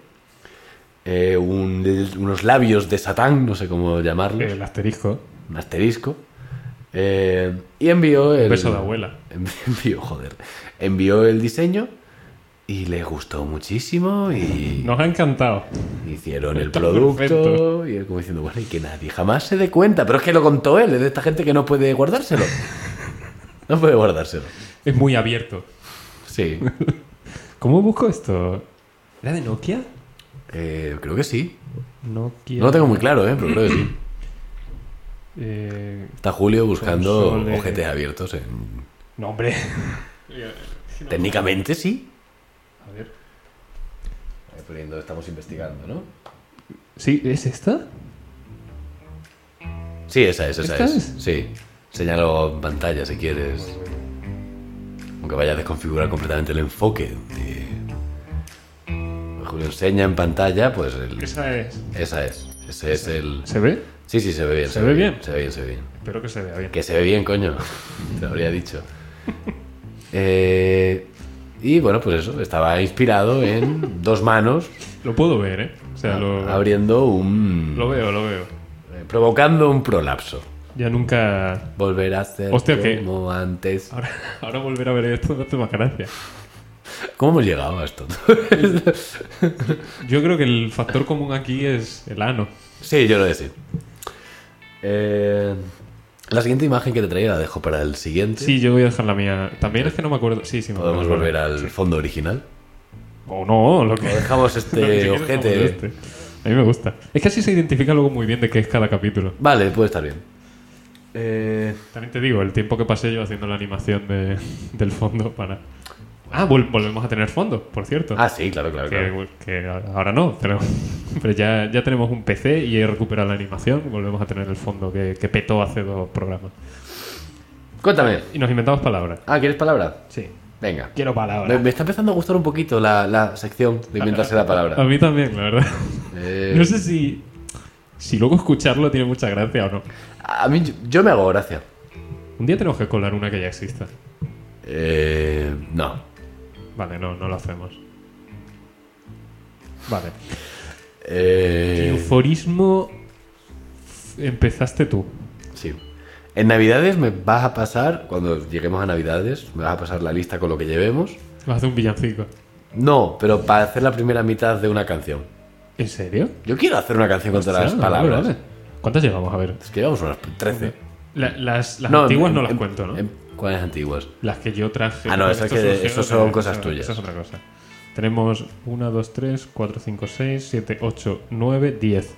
[SPEAKER 1] eh, un- unos labios de Satán, no sé cómo llamarlos,
[SPEAKER 3] El asterisco.
[SPEAKER 1] un asterisco. eh, y envió el.
[SPEAKER 3] Un beso de abuela.
[SPEAKER 1] [laughs] Envió, joder. Envió el diseño y le gustó muchísimo y.
[SPEAKER 3] Nos ha encantado.
[SPEAKER 1] Hicieron el
[SPEAKER 3] Está
[SPEAKER 1] producto
[SPEAKER 3] perfecto.
[SPEAKER 1] y él como diciendo, bueno, y que nadie jamás se dé cuenta. Pero es que lo contó él, es de esta gente que no puede
[SPEAKER 3] [laughs]
[SPEAKER 1] guardárselo. No puede guardárselo.
[SPEAKER 3] Es muy abierto.
[SPEAKER 1] Sí.
[SPEAKER 3] ¿Cómo busco esto? ¿Era de Nokia?
[SPEAKER 1] Eh, creo que sí.
[SPEAKER 3] Nokia.
[SPEAKER 1] No lo tengo muy claro, ¿eh? pero creo que sí.
[SPEAKER 3] Eh,
[SPEAKER 1] Está Julio buscando
[SPEAKER 3] Console.
[SPEAKER 1] ojetes abiertos. en-
[SPEAKER 3] no, hombre. [laughs]
[SPEAKER 1] Técnicamente sí.
[SPEAKER 3] A ver.
[SPEAKER 1] Estamos investigando, ¿no?
[SPEAKER 3] ¿Sí? ¿Es esta?
[SPEAKER 1] Sí, esa es, esa
[SPEAKER 3] ¿Esta
[SPEAKER 1] es.
[SPEAKER 3] es?
[SPEAKER 1] Sí. Señalo en pantalla si quieres. Aunque vaya a desconfigurar completamente el enfoque. de- Julio enseña en pantalla, pues el...
[SPEAKER 3] Esa es.
[SPEAKER 1] Esa es. Ese es el.
[SPEAKER 3] ¿Se ve?
[SPEAKER 1] Sí, sí, se ve bien.
[SPEAKER 3] ¿Se ve bien?
[SPEAKER 1] Se ve bien, se ve bien.
[SPEAKER 3] Espero que se vea bien.
[SPEAKER 1] Que se ve bien, coño. [laughs] Te lo habría dicho.
[SPEAKER 3] [laughs]
[SPEAKER 1] Eh, y bueno, pues eso. Estaba inspirado en dos
[SPEAKER 3] [laughs]
[SPEAKER 1] manos
[SPEAKER 3] Lo puedo ver, ¿eh? O sea, lo,
[SPEAKER 1] abriendo un.
[SPEAKER 3] lo veo, lo veo.
[SPEAKER 1] eh, provocando un prolapso.
[SPEAKER 3] Ya nunca...
[SPEAKER 1] Volver a ser
[SPEAKER 3] Hostia, ¿qué?
[SPEAKER 1] como antes.
[SPEAKER 3] Ahora, [laughs] ahora volver a ver esto no hace más gracia.
[SPEAKER 1] ¿Cómo hemos llegado a esto? [laughs]
[SPEAKER 3] Yo creo que el factor común aquí es el ano.
[SPEAKER 1] sí, yo lo decía. Eh, la siguiente imagen que te traía la dejo para el siguiente.
[SPEAKER 3] Sí, yo voy a dejar la mía. También es que no me acuerdo. Sí, sí, me
[SPEAKER 1] Podemos
[SPEAKER 3] acuerdo.
[SPEAKER 1] volver al fondo
[SPEAKER 3] [laughs]
[SPEAKER 1] original.
[SPEAKER 3] O no, lo que...
[SPEAKER 1] O dejamos
[SPEAKER 3] [laughs] lo que
[SPEAKER 1] este
[SPEAKER 3] quieras,
[SPEAKER 1] ojete.
[SPEAKER 3] este. A mí me gusta. Es que así se identifica luego muy bien de qué es cada capítulo.
[SPEAKER 1] Vale, puede estar bien.
[SPEAKER 3] También te digo, el tiempo que pasé yo haciendo la animación de- del fondo para... Ah, vol- volvemos a tener fondo, por cierto.
[SPEAKER 1] Ah, sí, claro, claro. claro.
[SPEAKER 3] que, que ahora no, pero, [laughs] pero ya, ya tenemos un PC y he recuperado la animación. Volvemos a tener el fondo que, que petó hace dos programas.
[SPEAKER 1] Cuéntame.
[SPEAKER 3] Y nos inventamos palabras.
[SPEAKER 1] Ah, ¿quieres palabra?
[SPEAKER 3] Sí.
[SPEAKER 1] Venga.
[SPEAKER 3] Quiero
[SPEAKER 1] Me,
[SPEAKER 3] palabras.
[SPEAKER 1] me está empezando a gustar un poquito la, la sección de inventarse la
[SPEAKER 3] [laughs] A
[SPEAKER 1] palabra.
[SPEAKER 3] mí también, la verdad.
[SPEAKER 1] Eh,
[SPEAKER 3] No sé si, si luego escucharlo tiene mucha gracia o no.
[SPEAKER 1] A mí yo- yo me hago gracia.
[SPEAKER 3] Un día tenemos que colar una que ya exista.
[SPEAKER 1] Eh, no.
[SPEAKER 3] Vale, no, no lo hacemos. Vale.
[SPEAKER 1] Eh,
[SPEAKER 3] Euforismo empezaste tú.
[SPEAKER 1] sí. En Navidades me vas a pasar, cuando lleguemos a Navidades, me vas a pasar la lista con lo que llevemos.
[SPEAKER 3] Vas a hacer un villancico.
[SPEAKER 1] No, pero para hacer la primera mitad de una canción.
[SPEAKER 3] ¿En serio?
[SPEAKER 1] Yo quiero hacer una canción contra Pues las
[SPEAKER 3] Ah,
[SPEAKER 1] palabras.
[SPEAKER 3] vale, vale. ¿Cuántas llevamos? A ver.
[SPEAKER 1] Es que llevamos unas 13.
[SPEAKER 3] La- las las
[SPEAKER 1] No,
[SPEAKER 3] antiguas
[SPEAKER 1] en-
[SPEAKER 3] no las
[SPEAKER 1] en-
[SPEAKER 3] cuento, ¿no?
[SPEAKER 1] en- ¿Cuáles antiguas?
[SPEAKER 3] Las que yo traje.
[SPEAKER 1] Ah, no,
[SPEAKER 3] Pues
[SPEAKER 1] esas
[SPEAKER 3] esto
[SPEAKER 1] que-
[SPEAKER 3] surgió
[SPEAKER 1] eso
[SPEAKER 3] de-
[SPEAKER 1] son cosas
[SPEAKER 3] eso-
[SPEAKER 1] tuyas.
[SPEAKER 3] Eso es otra cosa. Tenemos 1, 2, 3, 4, 5, 6, 7, 8, 9, 10.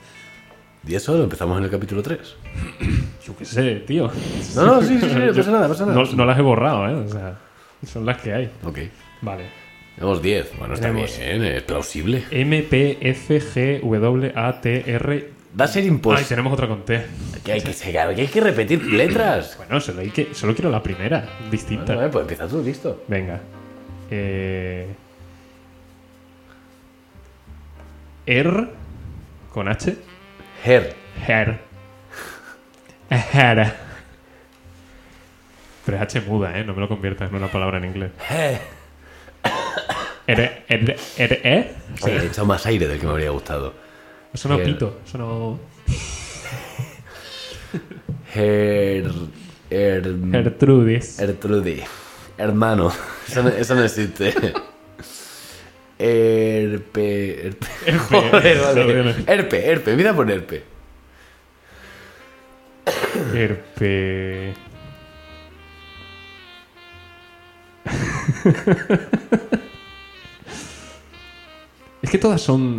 [SPEAKER 1] ¿Y eso lo empezamos en el capítulo 3?
[SPEAKER 3] Yo qué sé, tío.
[SPEAKER 1] No, no, sí, sí, sí, no
[SPEAKER 3] [laughs] Yo-
[SPEAKER 1] pasa nada, pasa nada.
[SPEAKER 3] No, no las he borrado, ¿eh? O sea, son las que hay.
[SPEAKER 1] Ok.
[SPEAKER 3] Vale.
[SPEAKER 1] Tenemos 10. Bueno, está
[SPEAKER 3] Tenemos-
[SPEAKER 1] bien, es plausible.
[SPEAKER 3] M, P, F, G, W, A, T, R.
[SPEAKER 1] Va a ser
[SPEAKER 3] Ay,
[SPEAKER 1] imposible.
[SPEAKER 3] tenemos otra con T.
[SPEAKER 1] Que hay que, que hay que repetir letras.
[SPEAKER 3] Bueno, solo, hay que, solo quiero la primera, distinta.
[SPEAKER 1] Bueno, vale, pues empieza tú, listo.
[SPEAKER 3] Venga. Eh... Er con H.
[SPEAKER 1] Her.
[SPEAKER 3] Her. Her. Pero es H muda, ¿eh? No me lo conviertas en una palabra en inglés. Er, er, er, er.
[SPEAKER 1] Oye, he echado más aire del que me habría gustado.
[SPEAKER 3] Suena
[SPEAKER 1] Her.
[SPEAKER 3] pito. Suena...
[SPEAKER 1] Her. Her.
[SPEAKER 3] Gertrudis.
[SPEAKER 1] Gertrude. Hermano. Eso no, eso no existe. Er, Herpe. Herpe.
[SPEAKER 3] Herpe,
[SPEAKER 1] [laughs] Joder, vale.
[SPEAKER 3] joder.
[SPEAKER 1] Herpe, herpe. Empieza por herpe.
[SPEAKER 3] Herpe. es que todas son.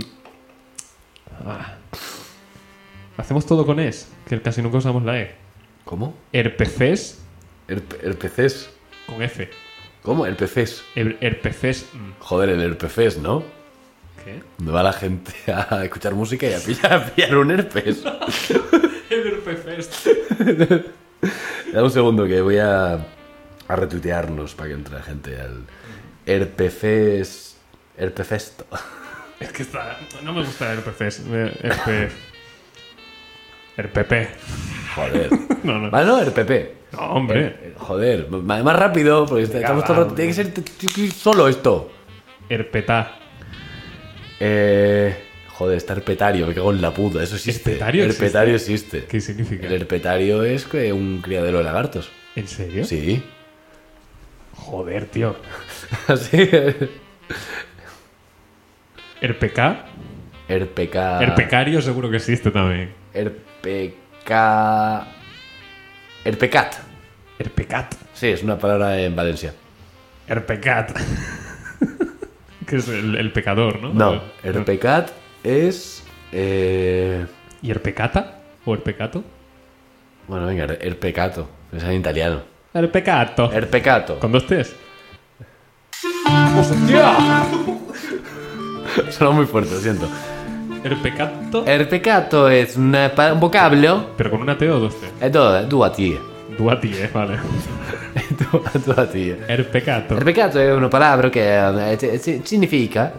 [SPEAKER 3] Ah. Hacemos todo con es, que casi nunca usamos la E.
[SPEAKER 1] ¿Cómo?
[SPEAKER 3] Herpefes
[SPEAKER 1] Herpe- herpeces.
[SPEAKER 3] con F.
[SPEAKER 1] ¿Cómo? Herpeces.
[SPEAKER 3] Her- herpefes. mm.
[SPEAKER 1] Joder, el herpeces, ¿no?
[SPEAKER 3] ¿Qué?
[SPEAKER 1] Donde va la gente [laughs] a escuchar música y a pillar, a pillar un herpes.
[SPEAKER 3] El herpefes.
[SPEAKER 1] Dame un segundo que voy a, a retuitearnos para que entre gente al herpefes... Herpefesto. [laughs]
[SPEAKER 3] Es que está. No me gusta el herpefes. Eh, Herpe. Herpepe.
[SPEAKER 1] Joder.
[SPEAKER 3] No, no.
[SPEAKER 1] Vale, no, herpepe.
[SPEAKER 3] No, hombre.
[SPEAKER 1] Eh, Joder, ma- más rápido, porque
[SPEAKER 3] Venga,
[SPEAKER 1] estamos
[SPEAKER 3] va,
[SPEAKER 1] todo el rato-
[SPEAKER 3] hombre.
[SPEAKER 1] Tiene que ser t- t- t- solo esto.
[SPEAKER 3] Herpetá.
[SPEAKER 1] Eh, joder, está herpetario, me cago en la puta, eso existe.
[SPEAKER 3] ¿Herpetario
[SPEAKER 1] herpetario existe.
[SPEAKER 3] ¿Qué significa?
[SPEAKER 1] El herpetario es que un criadero de lagartos.
[SPEAKER 3] ¿En serio?
[SPEAKER 1] Sí. [laughs]
[SPEAKER 3] Joder, tío.
[SPEAKER 1] Así.
[SPEAKER 3] ¿RPK? Ah.
[SPEAKER 1] Herpeca.
[SPEAKER 3] Herpecario seguro que existe también.
[SPEAKER 1] Herpeca. Herpecat.
[SPEAKER 3] Herpecat.
[SPEAKER 1] Sí, es una palabra en Valencia.
[SPEAKER 3] [laughs] Herpecat. que es el, el pecador, ¿no?
[SPEAKER 1] No, herpecat es. eh,
[SPEAKER 3] ¿Y herpecata? ¿O herpecato?
[SPEAKER 1] Bueno, venga, her- herpecato. Es en italiano.
[SPEAKER 3] Herpecato.
[SPEAKER 1] Herpecato.
[SPEAKER 3] ¿Con dos T's?
[SPEAKER 1] ¡Hostia! [laughs] Suena muy fuerte, lo siento.
[SPEAKER 3] Herpecato.
[SPEAKER 1] Herpecato es una pa- un vocablo.
[SPEAKER 3] ¿Pero con una T o dos T?
[SPEAKER 1] Es todo, es dua tie. [laughs]
[SPEAKER 3] Duatie, ¿eh? vale.
[SPEAKER 1] Dua- dua tie.
[SPEAKER 3] Herpecato.
[SPEAKER 1] Herpecato es una palabra que eh, si- si- significa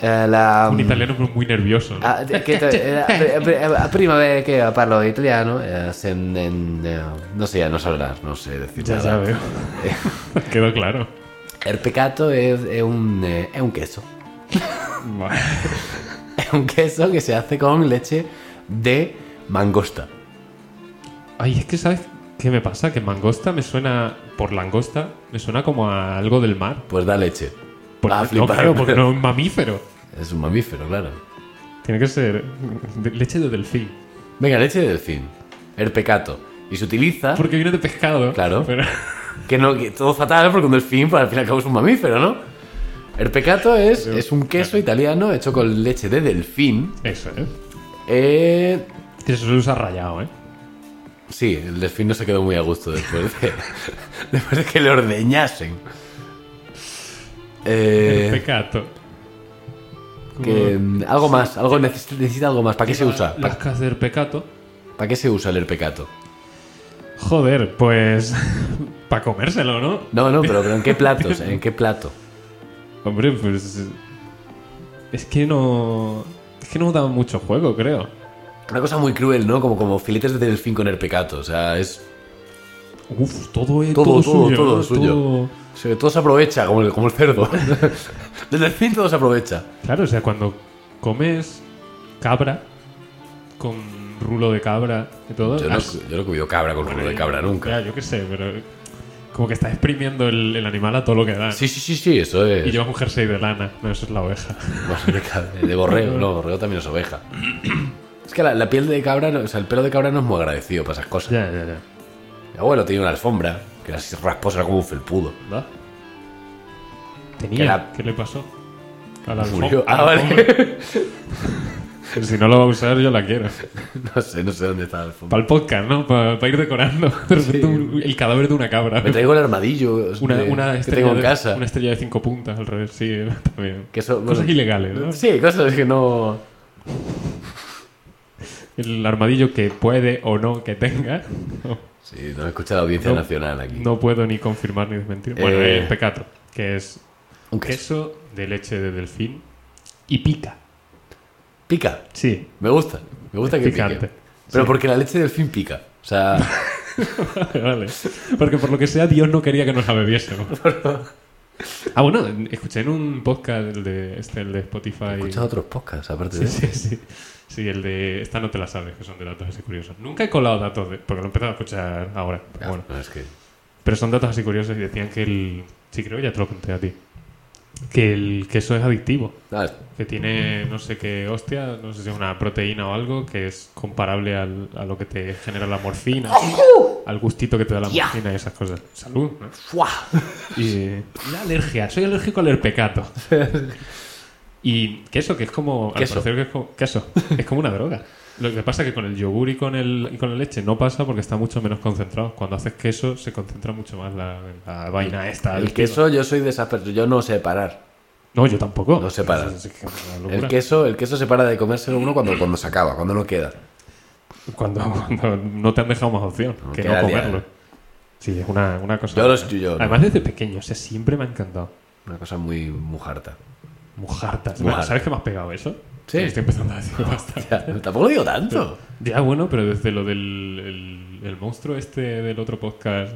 [SPEAKER 1] eh, la.
[SPEAKER 3] Un italiano muy nervioso. ¿no?
[SPEAKER 1] Ah, che- che-
[SPEAKER 3] [laughs]
[SPEAKER 1] eh, eh, eh, eh, prima vez que parlo italiano, eh, se- en- en, eh, no sé, no sabrás, no sé decir
[SPEAKER 3] ya, ya
[SPEAKER 1] nada.
[SPEAKER 3] [laughs] veo. Quedó claro.
[SPEAKER 1] El peccato es, es un, eh, es un queso. [laughs] Es un queso que se hace con leche de mangosta.
[SPEAKER 3] Ay, es que ¿sabes qué me pasa? Que mangosta me suena, por langosta, me suena como a algo del mar.
[SPEAKER 1] Pues da leche.
[SPEAKER 3] Porque-
[SPEAKER 1] Va a
[SPEAKER 3] Pues no,
[SPEAKER 1] Ah, flipar.
[SPEAKER 3] claro, porque no es un mamífero.
[SPEAKER 1] [laughs] Es un mamífero, claro.
[SPEAKER 3] Tiene que ser de- leche de delfín.
[SPEAKER 1] Venga, leche de delfín. El pecato. Y se utiliza.
[SPEAKER 3] Porque viene de pescado.
[SPEAKER 1] Ah. Claro.
[SPEAKER 3] Pero, [laughs]
[SPEAKER 1] Que no, que todo fatal, porque un delfín, pues, al fin y al cabo, es un mamífero, ¿no? El pecato es, es un queso italiano hecho con leche de delfín.
[SPEAKER 3] eso, ¿eh?
[SPEAKER 1] Eh,
[SPEAKER 3] Que eso se usa rayado, ¿eh?
[SPEAKER 1] Sí, el delfín no se quedó muy a gusto después de, [laughs] después de que le ordeñasen. Eh,
[SPEAKER 3] Pecato.
[SPEAKER 1] que, mm, algo más, algo necesita, necesita algo más. ¿Para qué se usa?
[SPEAKER 3] Las
[SPEAKER 1] ¿Para,
[SPEAKER 3] casas del pecato.
[SPEAKER 1] para qué se usa el herpecato?
[SPEAKER 3] Joder, pues. [laughs] para comérselo, ¿no?
[SPEAKER 1] No, no, pero, pero ¿en qué platos? ¿En qué plato?
[SPEAKER 3] Hombre, pues. Es que no. Es que no da mucho juego, creo.
[SPEAKER 1] Una cosa muy cruel, ¿no? Como, como filetes de delfín con herpecato. O sea, es
[SPEAKER 3] Uf, todo es
[SPEAKER 1] Todo, todo,
[SPEAKER 3] todo, suyo,
[SPEAKER 1] todo
[SPEAKER 3] ¿no?
[SPEAKER 1] suyo.
[SPEAKER 3] Todo-
[SPEAKER 1] Sí, todo se aprovecha, como el, como el cerdo. [laughs] Desde el fin todo se aprovecha.
[SPEAKER 3] Claro, o sea, cuando comes cabra con rulo de cabra y todo.
[SPEAKER 1] Yo no,
[SPEAKER 3] has-
[SPEAKER 1] yo no he comido cabra con rulo de cabra nunca.
[SPEAKER 3] Ya, yo qué sé, pero como que estás exprimiendo el, el animal a todo lo que da.
[SPEAKER 1] Sí, sí, sí, sí, eso es.
[SPEAKER 3] Y llevas un jersey de lana, no, eso es la
[SPEAKER 1] [laughs]
[SPEAKER 3] oveja.
[SPEAKER 1] Bueno, de, cab- de borrego, no, borrego también es oveja. Es que la, la piel de cabra, no- o sea, el pelo de cabra no es muy agradecido para esas cosas.
[SPEAKER 3] ya, ya, ya.
[SPEAKER 1] Mi abuelo tenía una alfombra, que era así rasposa, era como un felpudo.
[SPEAKER 3] ¿Va?
[SPEAKER 1] Que
[SPEAKER 3] Tenía.
[SPEAKER 1] la-
[SPEAKER 3] ¿Qué le pasó? A la
[SPEAKER 1] Murió.
[SPEAKER 3] alfombra.
[SPEAKER 1] Ah,
[SPEAKER 3] [laughs]
[SPEAKER 1] vale.
[SPEAKER 3] Si no la va a usar, yo la quiero.
[SPEAKER 1] No sé, no sé dónde está la alfombra.
[SPEAKER 3] Para el podcast, ¿no? Para ir
[SPEAKER 1] [laughs]
[SPEAKER 3] decorando. De repente un- el cadáver de una cabra.
[SPEAKER 1] Me traigo el armadillo
[SPEAKER 3] [laughs] Una,
[SPEAKER 1] de-
[SPEAKER 3] una
[SPEAKER 1] que
[SPEAKER 3] estrella
[SPEAKER 1] tengo en
[SPEAKER 3] de,
[SPEAKER 1] casa.
[SPEAKER 3] Una estrella de cinco puntas al revés, sí, [laughs] también.
[SPEAKER 1] Que eso-
[SPEAKER 3] Cosas
[SPEAKER 1] bueno,
[SPEAKER 3] ilegales, ¿no?
[SPEAKER 1] Sí, cosas que no.
[SPEAKER 3] El armadillo que puede o no
[SPEAKER 1] [laughs]
[SPEAKER 3] que tenga. No,
[SPEAKER 1] Sí, no escucha la audiencia
[SPEAKER 3] No.
[SPEAKER 1] nacional aquí.
[SPEAKER 3] no puedo ni confirmar ni desmentir. Bueno,
[SPEAKER 1] Eh.
[SPEAKER 3] el pecato, que es
[SPEAKER 1] Un queso.
[SPEAKER 3] queso de leche de delfín y pica.
[SPEAKER 1] Pica.
[SPEAKER 3] Sí,
[SPEAKER 1] Me gusta. Me gusta que
[SPEAKER 3] picante.
[SPEAKER 1] pique. Pero porque la leche del fin pica. O
[SPEAKER 3] [laughs]
[SPEAKER 1] sea,
[SPEAKER 3] vale. Porque por lo que sea, Dios no quería que nos
[SPEAKER 1] [laughs]
[SPEAKER 3] la bebiésemos. ah, bueno, escuché en un podcast el de, este, el de Spotify.
[SPEAKER 1] he escuchado otros podcasts aparte de
[SPEAKER 3] Sí, sí, sí. Sí, el de. Esta no te la sabes, que son de datos así curiosos. Nunca he colado datos, de- porque lo he empezado a escuchar ahora. Pero,
[SPEAKER 1] Ah,
[SPEAKER 3] bueno.
[SPEAKER 1] no, es que-
[SPEAKER 3] pero son datos así curiosos y decían que el. Sí, creo que ya te lo conté a ti. Que el queso es adictivo.
[SPEAKER 1] Ah,
[SPEAKER 3] Que tiene no sé qué hostia, no sé si es una proteína o algo que es comparable al- a lo que te genera la morfina, al gustito que te da la
[SPEAKER 4] Ya.
[SPEAKER 3] morfina y esas cosas. Salud. ¿no?
[SPEAKER 1] ¡fua!
[SPEAKER 3] Y la alergia, soy alérgico al herpecato. y queso, que es como. al
[SPEAKER 1] Queso.
[SPEAKER 3] parecer que es como, queso. Es como una droga. Lo que pasa es que con el yogur y con, el, y con la leche no pasa porque está mucho menos concentrado. Cuando haces queso se concentra mucho más la, la vaina esta.
[SPEAKER 1] El
[SPEAKER 3] adictiva.
[SPEAKER 1] queso, yo soy de esas personas. Yo no sé parar.
[SPEAKER 3] No, yo tampoco.
[SPEAKER 1] No se para.
[SPEAKER 3] Es- es que es una
[SPEAKER 1] El
[SPEAKER 3] locura.
[SPEAKER 1] queso, el queso se para de comérselo uno cuando, cuando se acaba, cuando no queda.
[SPEAKER 3] Cuando, [laughs] cuando no te han dejado más opción que no
[SPEAKER 1] queda liada.
[SPEAKER 3] comerlo. Sí, es una, una cosa.
[SPEAKER 1] Yo los- yo- yo-
[SPEAKER 3] Además, desde pequeño, o sea, siempre me ha encantado.
[SPEAKER 1] Una cosa muy mujarta.
[SPEAKER 3] Mujartas.
[SPEAKER 1] Mujartas.
[SPEAKER 3] ¿Sabes que me has pegado eso?
[SPEAKER 1] Sí.
[SPEAKER 3] Estoy empezando a decir
[SPEAKER 1] [laughs]
[SPEAKER 3] bastante.
[SPEAKER 1] [laughs] Ya, tampoco lo digo tanto.
[SPEAKER 3] Ya, bueno, pero desde lo del el, el monstruo este del otro
[SPEAKER 1] [laughs]
[SPEAKER 3] podcast.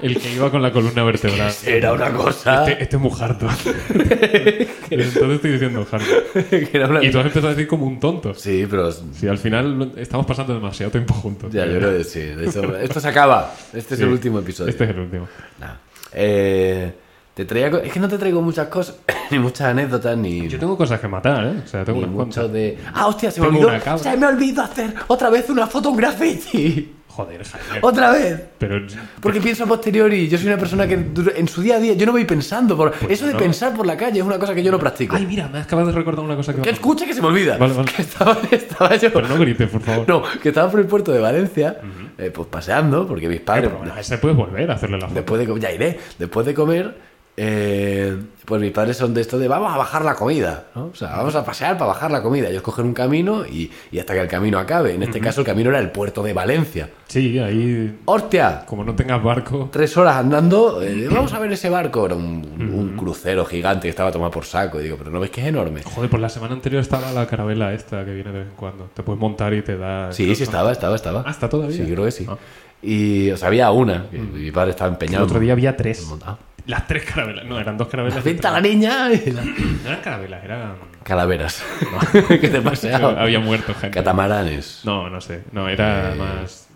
[SPEAKER 3] el que iba con la columna vertebral.
[SPEAKER 1] Era una cosa.
[SPEAKER 3] Este, este es Mujarto. [laughs] Entonces estoy diciendo Mujarto.
[SPEAKER 1] [laughs] que era una-
[SPEAKER 3] Y tú has empezado a decir como un tonto.
[SPEAKER 1] Sí, pero.
[SPEAKER 3] Si al final lo- estamos pasando demasiado tiempo juntos.
[SPEAKER 1] Ya, yo creo que sí. De hecho, esto se acaba. Este es
[SPEAKER 3] Sí.
[SPEAKER 1] el último episodio.
[SPEAKER 3] Este es el último.
[SPEAKER 1] Nah. Eh, te traía co- es que no te traigo muchas cosas, [laughs] ni muchas anécdotas, ni,
[SPEAKER 3] Yo tengo cosas que matar, ¿eh? O sea, tengo
[SPEAKER 1] ni
[SPEAKER 3] unas cuantas.
[SPEAKER 1] mucho de. ¡Ah, hostia! Se me,
[SPEAKER 3] Tengo
[SPEAKER 1] olvidó,
[SPEAKER 3] una cabra.
[SPEAKER 1] se me olvidó hacer otra vez una foto, un
[SPEAKER 3] [laughs]
[SPEAKER 1] graffiti.
[SPEAKER 3] Joder, Javier.
[SPEAKER 1] ¡Otra vez!
[SPEAKER 3] Pero
[SPEAKER 1] Porque pienso a posteriori. Yo soy una persona que dur- en su día a día yo no voy pensando. Por, eso de
[SPEAKER 3] Pues no.
[SPEAKER 1] pensar por la calle es una cosa que yo no practico.
[SPEAKER 3] Ay, mira, me has acabado de recordar una cosa que...
[SPEAKER 1] que
[SPEAKER 3] me-
[SPEAKER 1] escucha que se me olvida.
[SPEAKER 3] Vale, vale.
[SPEAKER 1] Que [laughs] estaba, estaba yo.
[SPEAKER 3] Pero no grites, por favor. Eh,
[SPEAKER 1] No, que estaba por el puerto de Valencia, eh, pues paseando, porque mis
[SPEAKER 3] Pero
[SPEAKER 1] padres.
[SPEAKER 3] bueno, a ese puedes volver a hacerle la foto.
[SPEAKER 1] Después de co- ya iré. Después de comer, eh, pues mis padres son de esto de vamos a bajar la comida, ¿no? O sea, vamos a pasear para bajar la comida. Ellos cogen un camino y, y hasta que el camino acabe. En este caso, el camino era el puerto de Valencia.
[SPEAKER 3] Sí, ahí...
[SPEAKER 1] ¡Hostia!
[SPEAKER 3] Como no tengas barco...
[SPEAKER 1] Tres horas andando,
[SPEAKER 3] [clears throat]
[SPEAKER 1] eh, vamos a ver ese barco. Era un, un crucero gigante que estaba tomado por saco. Y digo, pero no ves que es enorme.
[SPEAKER 3] Joder, pues la semana anterior estaba la carabela esta que viene de vez en cuando. Te puedes montar y te da...
[SPEAKER 1] Sí, sí, estaba, estaba, estaba.
[SPEAKER 3] Ah, ¿está todavía?
[SPEAKER 1] Sí, creo que sí.
[SPEAKER 3] Ah. Mm.
[SPEAKER 1] Y, o sea, había una. que Mi padre estaba
[SPEAKER 3] El
[SPEAKER 1] empeñado.
[SPEAKER 3] otro día había tres. [laughs]
[SPEAKER 1] Ah.
[SPEAKER 3] Las tres carabelas. No, eran dos carabelas.
[SPEAKER 1] Vente a la niña. y la-
[SPEAKER 3] No eran carabelas, eran... [laughs]
[SPEAKER 1] Calaveras. [laughs] que te paseaba.
[SPEAKER 3] Había muerto gente.
[SPEAKER 1] Catamaranes.
[SPEAKER 3] No, no sé. No, era
[SPEAKER 1] Eh.
[SPEAKER 3] más...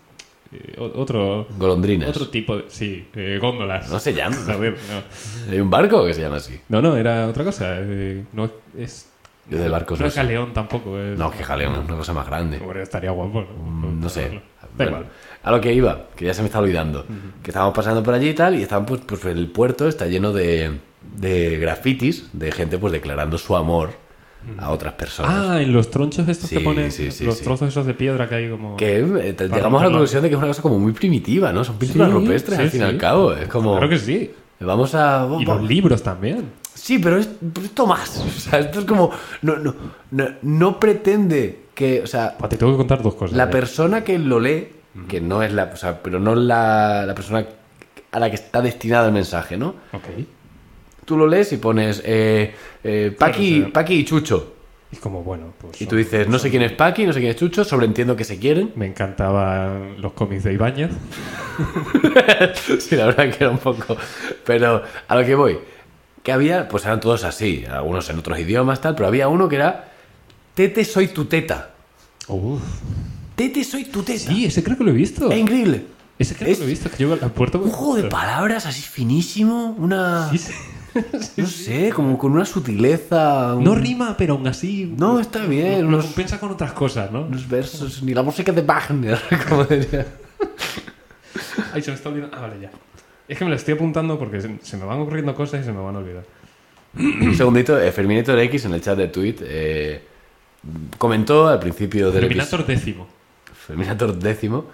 [SPEAKER 3] eh, o- Otro...
[SPEAKER 1] Golondrinas.
[SPEAKER 3] Otro tipo de... Sí, eh, góndolas.
[SPEAKER 1] No se
[SPEAKER 3] [laughs]
[SPEAKER 1] llaman.
[SPEAKER 3] Joder, no.
[SPEAKER 1] Hay un barco que se llama así.
[SPEAKER 3] No, no, era otra cosa. eh, no es.
[SPEAKER 1] Yo de barcos
[SPEAKER 3] No
[SPEAKER 1] no
[SPEAKER 3] es
[SPEAKER 1] sé.
[SPEAKER 3] galeón tampoco. Es,
[SPEAKER 1] No, que jaleón, es una cosa más grande.
[SPEAKER 3] Hombre, estaría guapo, ¿no?
[SPEAKER 1] Mm, No sé.
[SPEAKER 3] [laughs] Da
[SPEAKER 1] Bueno,
[SPEAKER 3] igual.
[SPEAKER 1] a lo que iba, que ya se me está olvidando. Que estábamos pasando por allí y tal, y estaban, pues, pues, el puerto está lleno de, de grafitis, de gente pues declarando su amor a otras personas.
[SPEAKER 3] Ah, en los tronchos estos que
[SPEAKER 1] Sí,
[SPEAKER 3] ponen.
[SPEAKER 1] sí, sí,
[SPEAKER 3] los
[SPEAKER 1] sí.
[SPEAKER 3] trozos esos de piedra que hay como.
[SPEAKER 1] que eh, te-
[SPEAKER 3] Para
[SPEAKER 1] llegamos a la
[SPEAKER 3] romperlo.
[SPEAKER 1] conclusión de que es una cosa como muy primitiva, ¿no? Son pinturas
[SPEAKER 3] Sí,
[SPEAKER 1] rupestres,
[SPEAKER 3] sí,
[SPEAKER 1] al fin y
[SPEAKER 3] sí.
[SPEAKER 1] al cabo. Es como...
[SPEAKER 3] Claro que sí.
[SPEAKER 1] Vamos a...
[SPEAKER 3] Y
[SPEAKER 1] vamos-
[SPEAKER 3] los libros también.
[SPEAKER 1] Sí, pero es, pero esto más. [laughs] O sea, esto es como. No, no, no, no pretende que. O sea,
[SPEAKER 3] Buah, te tengo que contar dos cosas.
[SPEAKER 1] la
[SPEAKER 3] eh.
[SPEAKER 1] persona que lo lee, que no es la. O sea, pero no es la, la persona a la que está destinado el mensaje, ¿no?
[SPEAKER 3] Ok.
[SPEAKER 1] Tú lo lees y pones. Eh, eh, Paqui,
[SPEAKER 3] Claro, sí.
[SPEAKER 1] Paqui y Chucho.
[SPEAKER 3] Y como, bueno, pues.
[SPEAKER 1] Y tú dices, no sé quién es Paqui, no sé quién es Chucho, sobreentiendo que se quieren.
[SPEAKER 3] Me encantaban los cómics de Ibáñez.
[SPEAKER 1] [laughs] sí, la verdad que era un poco. Pero a lo que voy, que había, pues eran todos así, algunos en otros idiomas, tal, pero había uno que era Tete soy tu teta.
[SPEAKER 3] Uf.
[SPEAKER 1] Tete soy tu teta.
[SPEAKER 3] Sí, ese creo que lo he visto.
[SPEAKER 1] Es increíble.
[SPEAKER 3] Ese creo
[SPEAKER 1] es-
[SPEAKER 3] que lo he visto, que yo al puerto...
[SPEAKER 1] Un juego de palabras así finísimo, una.
[SPEAKER 3] Sí, sí.
[SPEAKER 1] no sé, como con una sutileza. un-
[SPEAKER 3] No rima, pero aún así...
[SPEAKER 1] Mm. No, está bien.
[SPEAKER 3] Lo
[SPEAKER 1] unos,
[SPEAKER 3] compensa con otras cosas, ¿no?
[SPEAKER 1] unos versos, ni la música de Wagner, [laughs] como diría.
[SPEAKER 3] [laughs] Ay, se me está olvidando. Ah, vale, ya. Es que me lo estoy apuntando porque se, se me van ocurriendo cosas y se me van a olvidar.
[SPEAKER 1] Un segundito, eh, Ferminator X en el chat de tweet eh, comentó al principio del episodio.
[SPEAKER 3] Terminator décimo.
[SPEAKER 1] Ferminator décimo.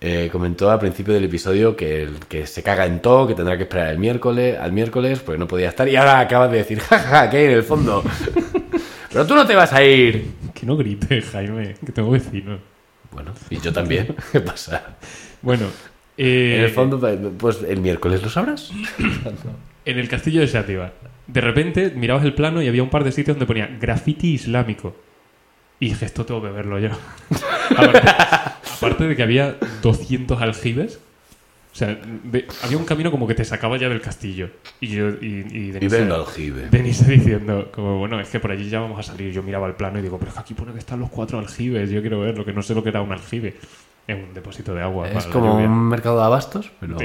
[SPEAKER 1] eh, comentó al principio del episodio que, el- que se caga en todo, que tendrá que esperar el miércoles, al miércoles, porque no podía estar. Y ahora acabas de decir, [laughs] jajaja, que hay en el
[SPEAKER 3] [laughs]
[SPEAKER 1] fondo. Pero tú no te vas a ir.
[SPEAKER 3] Que no grite, Jaime, que tengo vecino.
[SPEAKER 1] Bueno, y yo también. [laughs] ¿Qué pasa?
[SPEAKER 3] Bueno, eh,
[SPEAKER 1] En el fondo, pues el miércoles lo sabrás.
[SPEAKER 3] en el castillo de Shatiba, de repente mirabas el plano y había un par de sitios donde ponía graffiti islámico. Y dije, esto tengo que
[SPEAKER 1] [laughs]
[SPEAKER 3] verlo yo. aparte, aparte de que había 200 aljibes. O sea, de- había un camino como que te sacaba ya del castillo. Y yo, y, y Denise-
[SPEAKER 1] Y ven al aljibe.
[SPEAKER 3] [laughs] Denise diciendo, como bueno, es que por allí ya vamos a salir. Yo miraba el plano y digo, pero es que aquí pone que están los cuatro aljibes. Yo quiero ver lo que no sé lo que era un aljibe. Es un depósito de agua.
[SPEAKER 1] Es
[SPEAKER 3] para la
[SPEAKER 1] como
[SPEAKER 3] lluvia.
[SPEAKER 1] un mercado de abastos, pero.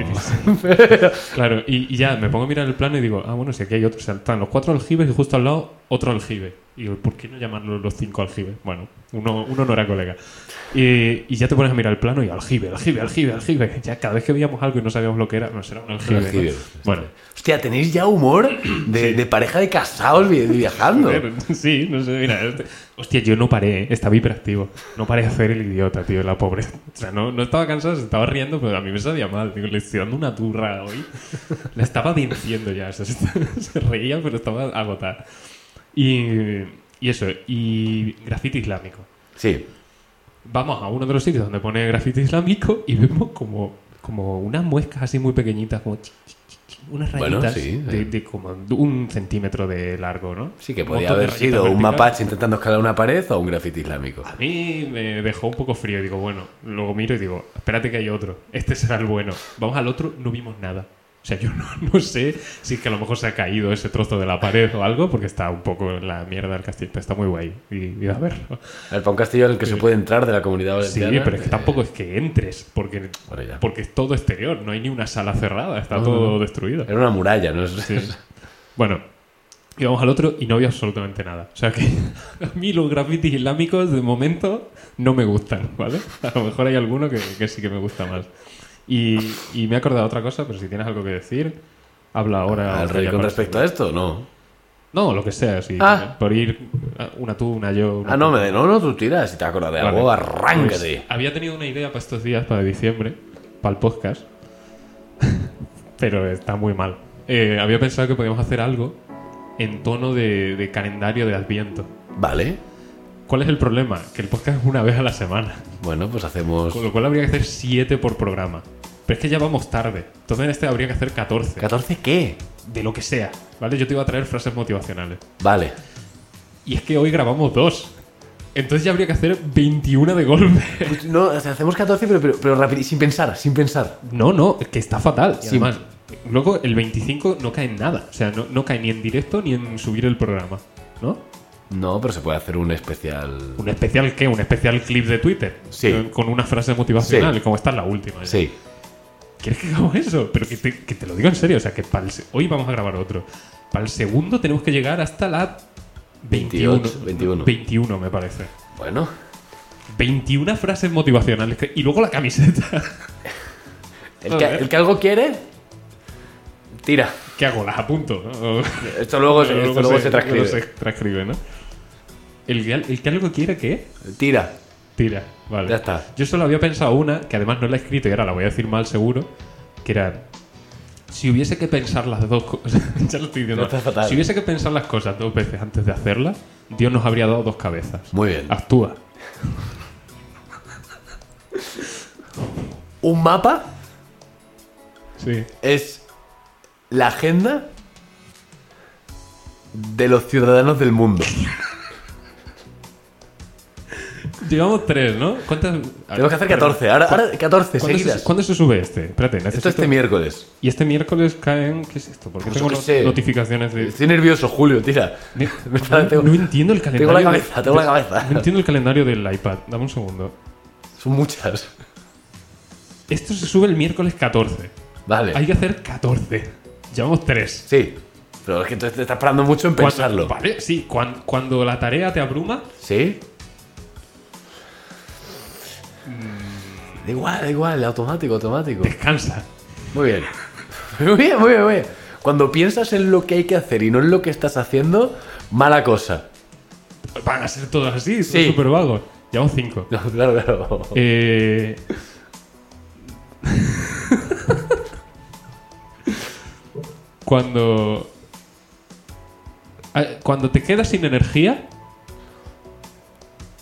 [SPEAKER 3] Claro, y, y ya me pongo a mirar el plano y digo, ah, bueno, si aquí hay otro. O sea, están los cuatro aljibes y justo al lado otro aljibe. Y digo, ¿por qué no llamarlo los cinco aljibes? Bueno, uno, uno no era colega. Y, y ya te pones a mirar el plano y aljibe, aljibe, aljibe, aljibe. Ya cada vez que veíamos algo y no sabíamos lo que era, no será un aljibe. ¿no?
[SPEAKER 1] aljibe.
[SPEAKER 3] Bueno,
[SPEAKER 1] Hostia, tenéis ya humor de, de pareja de casados vi- viajando.
[SPEAKER 3] Joder, [laughs] sí, no sé, mira. este- Hostia, yo no paré, ¿eh? estaba hiperactivo. No paré de hacer el idiota, tío, la pobre. O sea, no, no estaba cansado, se estaba riendo, pero a mí me sabía mal. Digo, le estoy dando una turra hoy. La estaba venciendo ya. o sea, [laughs] se, se reía, pero estaba agotada. Y, y eso, y grafiti islámico.
[SPEAKER 1] Sí.
[SPEAKER 3] Vamos a uno de los sitios donde pone grafiti islámico y vemos como, como unas muescas así muy pequeñitas, como chi, chi, chi, chi, unas
[SPEAKER 1] Bueno,
[SPEAKER 3] rayitas
[SPEAKER 1] sí,
[SPEAKER 3] de,
[SPEAKER 1] eh.
[SPEAKER 3] de como un centímetro de largo, ¿no?
[SPEAKER 1] Sí, que
[SPEAKER 3] Un
[SPEAKER 1] podía
[SPEAKER 3] montón de
[SPEAKER 1] haber
[SPEAKER 3] rayitas
[SPEAKER 1] sido un
[SPEAKER 3] verticales.
[SPEAKER 1] mapache intentando escalar una pared o un grafiti islámico.
[SPEAKER 3] A mí me dejó un poco frío. Digo, bueno, luego miro y digo, espérate que hay otro. Este será el bueno. Vamos al otro, no vimos nada. O sea, yo no, [laughs] no sé si es que a lo mejor se ha caído ese trozo de la pared o algo, porque está un poco en la mierda del castillo. pero Está muy guay. Y, y a verlo.
[SPEAKER 1] A ver, para un castillo en el que se puede entrar de la comunidad
[SPEAKER 3] Sí,
[SPEAKER 1] valenciana.
[SPEAKER 3] pero es que
[SPEAKER 1] eh,
[SPEAKER 3] tampoco es que entres, porque,
[SPEAKER 1] Bueno, ya.
[SPEAKER 3] porque es todo exterior. No hay ni una sala cerrada. Está
[SPEAKER 1] No, no,
[SPEAKER 3] todo
[SPEAKER 1] no.
[SPEAKER 3] destruido.
[SPEAKER 1] Era una muralla, ¿no?
[SPEAKER 3] Sí. Bueno, íbamos al otro y no había absolutamente nada. O sea que [laughs] a mí los grafitis islámicos de momento no me gustan, ¿vale? A lo mejor hay alguno que, que sí que me gusta más. Y, y me he acordado de otra cosa, pero si tienes algo que decir, habla ahora.
[SPEAKER 1] [laughs] Al rey con respecto ¿eh? a esto, no.
[SPEAKER 3] No, lo que sea, sí.
[SPEAKER 1] Ah.
[SPEAKER 3] Por ir ah, una tú, una yo. una
[SPEAKER 1] Ah,
[SPEAKER 3] tú.
[SPEAKER 1] no, me, no, no, tú tiras. Si te acuerdas de
[SPEAKER 3] Vale.
[SPEAKER 1] algo, arráncate.
[SPEAKER 3] Pues, había tenido una idea para estos días, para diciembre, para el podcast, [laughs] pero está muy mal. Eh, había pensado que podíamos hacer algo en tono de, de calendario de Adviento.
[SPEAKER 1] Vale.
[SPEAKER 3] ¿Cuál es el problema? Que el podcast es una vez a la semana, [laughs]
[SPEAKER 1] Bueno, pues hacemos
[SPEAKER 3] con lo cual habría que hacer 7 por programa. Pero es que ya vamos tarde, entonces en este habría que hacer 14,
[SPEAKER 1] 14 qué?
[SPEAKER 3] de lo que sea, ¿vale? Yo te iba a traer frases motivacionales.
[SPEAKER 1] Vale.
[SPEAKER 3] Y es que hoy grabamos dos. Entonces ya habría que hacer 21 de [laughs] golpe.
[SPEAKER 1] Pues no, o sea, hacemos 14, pero, pero, pero rápido, y sin pensar, sin pensar.
[SPEAKER 3] No, no, es que está fatal.
[SPEAKER 1] Y
[SPEAKER 3] Sin más. Luego el 25 no cae en nada. O sea, no, no cae ni en directo ni en subir el programa. ¿No?
[SPEAKER 1] No, pero se puede hacer un especial.
[SPEAKER 3] ¿Un especial qué? ¿Un especial clip de Twitter?
[SPEAKER 1] Sí.
[SPEAKER 3] Eh, Con una frase motivacional,
[SPEAKER 1] Sí.
[SPEAKER 3] como esta es la última. ya.
[SPEAKER 1] Sí.
[SPEAKER 3] ¿Quieres que hagamos eso? Pero que te, que te lo digo en serio. O sea, que para el se- hoy vamos a grabar otro. Para el segundo tenemos que llegar hasta la 21.
[SPEAKER 1] 28, 21.
[SPEAKER 3] 21, me parece.
[SPEAKER 1] Bueno.
[SPEAKER 3] 21 frases motivacionales. que- Y luego la camiseta. [laughs]
[SPEAKER 1] El que,
[SPEAKER 3] Joder.
[SPEAKER 1] el que algo quiere, tira.
[SPEAKER 3] ¿Qué hago? Las apunto. ¿no?
[SPEAKER 1] Esto luego, se-
[SPEAKER 3] Pero
[SPEAKER 1] esto luego se, transcribe.
[SPEAKER 3] luego se transcribe, ¿no? El que, al- el que algo quiera que
[SPEAKER 1] Tira.
[SPEAKER 3] tira. Vale.
[SPEAKER 1] Ya está.
[SPEAKER 3] Yo solo había pensado una, que además no la he escrito y ahora la voy a decir mal seguro, que era... Si hubiese que pensar las dos cosas... [laughs] ya lo estoy diciendo.
[SPEAKER 1] Está fatal.
[SPEAKER 3] Si hubiese que pensar las cosas dos veces antes de hacerlas, Dios nos habría dado dos cabezas.
[SPEAKER 1] Muy bien.
[SPEAKER 3] Actúa.
[SPEAKER 1] Un mapa
[SPEAKER 3] Sí.
[SPEAKER 1] es la agenda de los ciudadanos del mundo.
[SPEAKER 3] Llevamos tres, ¿no? ¿Cuántas?
[SPEAKER 1] Tenemos que hacer 14. Ahora, ahora 14
[SPEAKER 3] ¿Cuándo
[SPEAKER 1] seguidas.
[SPEAKER 3] se, ¿Cuándo se sube este? Espérate,
[SPEAKER 1] Esto
[SPEAKER 3] necesito...
[SPEAKER 1] este miércoles.
[SPEAKER 3] Y este miércoles caen... ¿Qué es esto? ¿Por qué
[SPEAKER 1] Pues yo
[SPEAKER 3] tengo
[SPEAKER 1] qué
[SPEAKER 3] no-
[SPEAKER 1] sé.
[SPEAKER 3] notificaciones de...?
[SPEAKER 1] Estoy nervioso, Julio, tira.
[SPEAKER 3] Me-
[SPEAKER 1] [laughs] Me está-
[SPEAKER 3] no,
[SPEAKER 1] tengo-
[SPEAKER 3] no entiendo el calendario.
[SPEAKER 1] Tengo la
[SPEAKER 3] de-
[SPEAKER 1] cabeza, tengo la cabeza.
[SPEAKER 3] No entiendo el calendario del iPad. Dame un segundo.
[SPEAKER 1] Son muchas.
[SPEAKER 3] Esto se sube el miércoles 14.
[SPEAKER 1] Vale.
[SPEAKER 3] Hay que hacer 14. Llevamos 3.
[SPEAKER 1] Sí. Pero es que entonces te estás parando mucho en pensarlo.
[SPEAKER 3] Vale, sí. cuan- Cuando, la tarea te abruma,
[SPEAKER 1] ¿Sí? Da igual, da igual, automático, automático.
[SPEAKER 3] descansa.
[SPEAKER 1] Muy bien. [laughs] Muy bien, muy bien, muy bien. Cuando piensas en lo que hay que hacer y no en lo que estás haciendo, mala cosa. [laughs]
[SPEAKER 3] Van a ser todas así, son
[SPEAKER 1] Sí.
[SPEAKER 3] súper vagos. Llevamos 5.
[SPEAKER 1] No, claro, claro.
[SPEAKER 3] Eh... [laughs] cuando Ah, cuando te quedas sin energía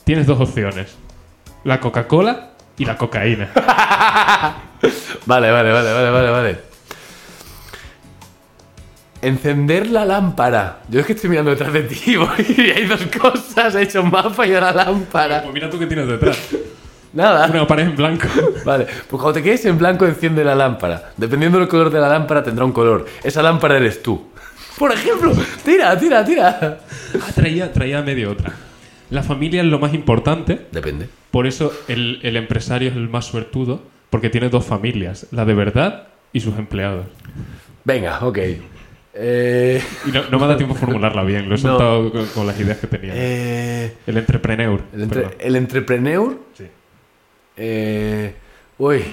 [SPEAKER 3] tienes dos opciones la Coca-Cola y la cocaína
[SPEAKER 1] Vale, vale, vale, vale, vale, vale. Encender la lámpara. Yo es que estoy mirando detrás de ti [laughs] voy, y hay dos cosas. He hecho un mapa y ahora lámpara.
[SPEAKER 3] pues mira tú que tienes detrás
[SPEAKER 1] Nada.
[SPEAKER 3] una pared en blanco
[SPEAKER 1] Vale, pues cuando te quedes en blanco enciende la lámpara. Dependiendo del color de la lámpara tendrá un color. Esa lámpara eres tú. Por ejemplo, tira, tira, tira.
[SPEAKER 3] ah, traía traía medio otra la familia es lo más importante
[SPEAKER 1] Depende.
[SPEAKER 3] Por eso el, el empresario es el más suertudo, porque tiene dos familias, la de verdad y sus empleados.
[SPEAKER 1] Venga, ok. Eh,
[SPEAKER 3] Y no, no me da tiempo a formularla bien, lo
[SPEAKER 1] No.
[SPEAKER 3] he soltado con, con las ideas que tenía.
[SPEAKER 1] eh,
[SPEAKER 3] el entrepreneur.
[SPEAKER 1] el, entre-
[SPEAKER 3] perdón.
[SPEAKER 1] el entrepreneur.
[SPEAKER 3] Sí.
[SPEAKER 1] Eh, uy,